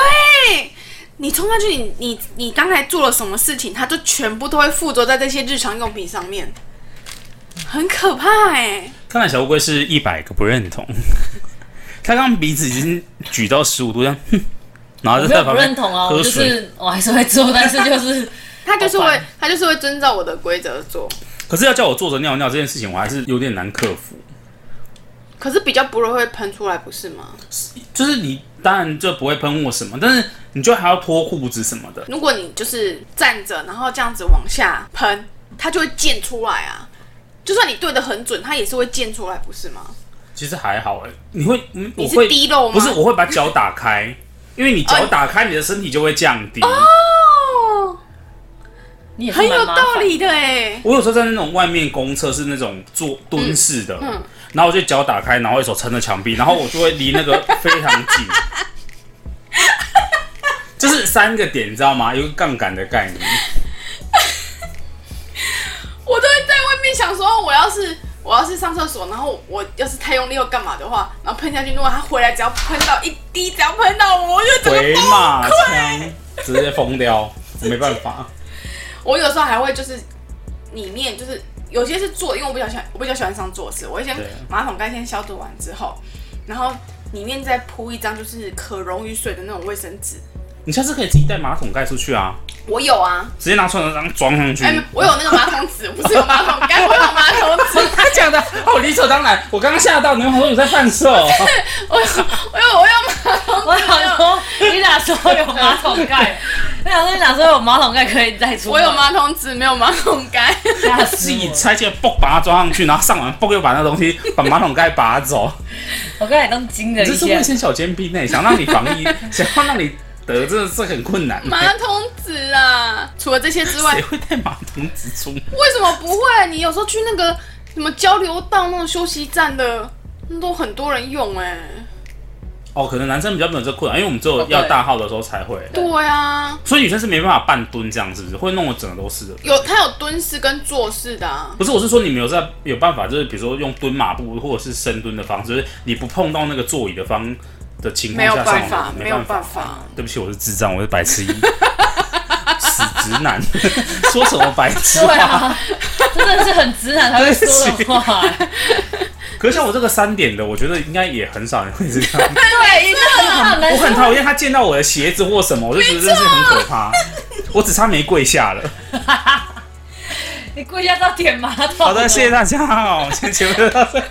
A: 你冲上去，你你你刚才做了什么事情，它就全部都会附着在这些日常用品上面，很可怕哎、
C: 看来小乌龟是一百个不认同， 他刚鼻子已经举到十五度这样，哼然后
B: 我
C: 就
B: 没
C: 在
B: 有不
C: 旁
B: 认
C: 边
B: 同啊，我
C: 喝
B: 就
C: 水。
B: 是 我还是会做，但是就是
A: 他就是
B: 好
A: 会
B: 烦，
A: 他就是会遵照我的规则做，
C: 可是要叫我坐着尿尿这件事情，我还是有点难克服。
A: 可是比较不容易会喷出来，不是吗？
C: 就是你当然就不会喷我什么，但是你就还要脱裤子什么的。
A: 如果你就是站着，然后这样子往下喷，它就会溅出来啊。就算你对的很准，它也是会溅出来，不是吗？
C: 其实还好哎、你会，嗯我
A: 你
C: 会
A: 是滴漏吗？
C: 不是，我会把脚打开，因为你脚
A: 哦
C: 打开，你的身体就会降低。
A: 哦，
B: 你也是
A: 很有
B: 蛮麻烦
A: 道。理的哎。
C: 我有时候在那种外面公厕是那种坐蹲式的，然后我就脚打开，然后一手撑着墙壁，然后我就会离那个非常近，就是三个点，你知道吗？有一个杠杆的概念。
A: 我都会在外面想说，我要是我要是上厕所，然后我要是太用力又干嘛的话，然后喷下去，如果它回来只要喷到一滴，只要喷到我，我就整
C: 回
A: 个崩
C: 马枪，直接疯掉，我没办法。
A: 我有时候还会就是里面就是有些是坐，因为我比较喜欢我比较喜欢上坐式，我会先
C: 对
A: 马桶盖先消毒完之后，然后里面再铺一张就是可溶于水的那种卫生纸。
C: 你下次可以自己带马桶盖出去啊，
A: 我有啊，
C: 直接拿传统当装上去
A: 哎、。我有那个马桶纸，不是有马桶盖，我有马桶 纸，
C: 他讲的好理所当然，我刚刚吓到，你好说你在贩售。
A: 我有我有我有马桶
B: 我想 说，你哪时候有马桶盖？我想说，你哪时候有马桶盖可以再出？
A: 我有？马桶纸，没有马桶盖。
B: 吓
C: 自
B: 死
C: 己
B: 我！
C: 拆卸嘣把它装上去，然后上完嘣又把那东西把马桶盖拔走。
B: 我刚才刚惊了
C: 这
B: 一
C: 是卫
B: 下。
C: 生小尖兵呢、欸想让你防 疫，想要让你得，真的是很困难、欸
A: 马桶纸啊，除了这些之外
C: 谁，会带马桶纸出门？
A: 为什么不会？你有时候去那个什么交流道那种休息站的，那都很多人用哎、
C: 哦，可能男生比较没有这困扰，因为我们只有要大号的时候才会，
A: 对啊，
C: 所以女生是没办法半蹲这样，是不是？会弄得整个都是的。
A: 有它有蹲式跟坐式的啊。
C: 不是，我是说你们有在有办法，就是比如说用蹲马步或者是深蹲的方式，就是你不碰到那个座椅的方的情
A: 没
C: 况
A: 有
C: 下
A: 办
C: 上网
A: 法，
C: 没
A: 没有
C: 法。
A: 办法。
C: 对不起，我是智障，我是白 痴一，死直男，说什么白痴
B: 对
C: 话？
B: 啊，真的是很直男才会说的 话、欸。
C: 可是像我这个三点的，我觉得应该也很少人会这样。
B: 对，一定很难
C: 我很
B: 说。
C: 讨厌他见到我的鞋子或什么，我就觉得真的是很可怕。我只差没跪下了。
B: 你跪下到舔马桶。
C: 好的，谢谢。大家哦，今天节目就到这里。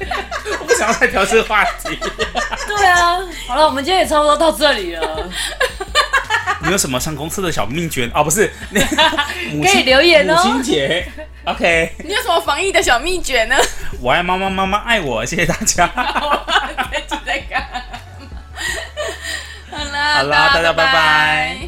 C: 我不想要再聊这个话题。
B: 对啊，好了，我们今天也差不多到这里 了。
C: 你有什么上公司的小秘诀啊？不是，那母
B: 可以
C: 亲
B: 留言哦
C: 母亲节，OK，
A: 你有什么防疫的小秘诀呢？
C: 我爱妈妈，妈妈爱我，谢谢大家。
A: 好啦，
C: 好啦，大家拜拜。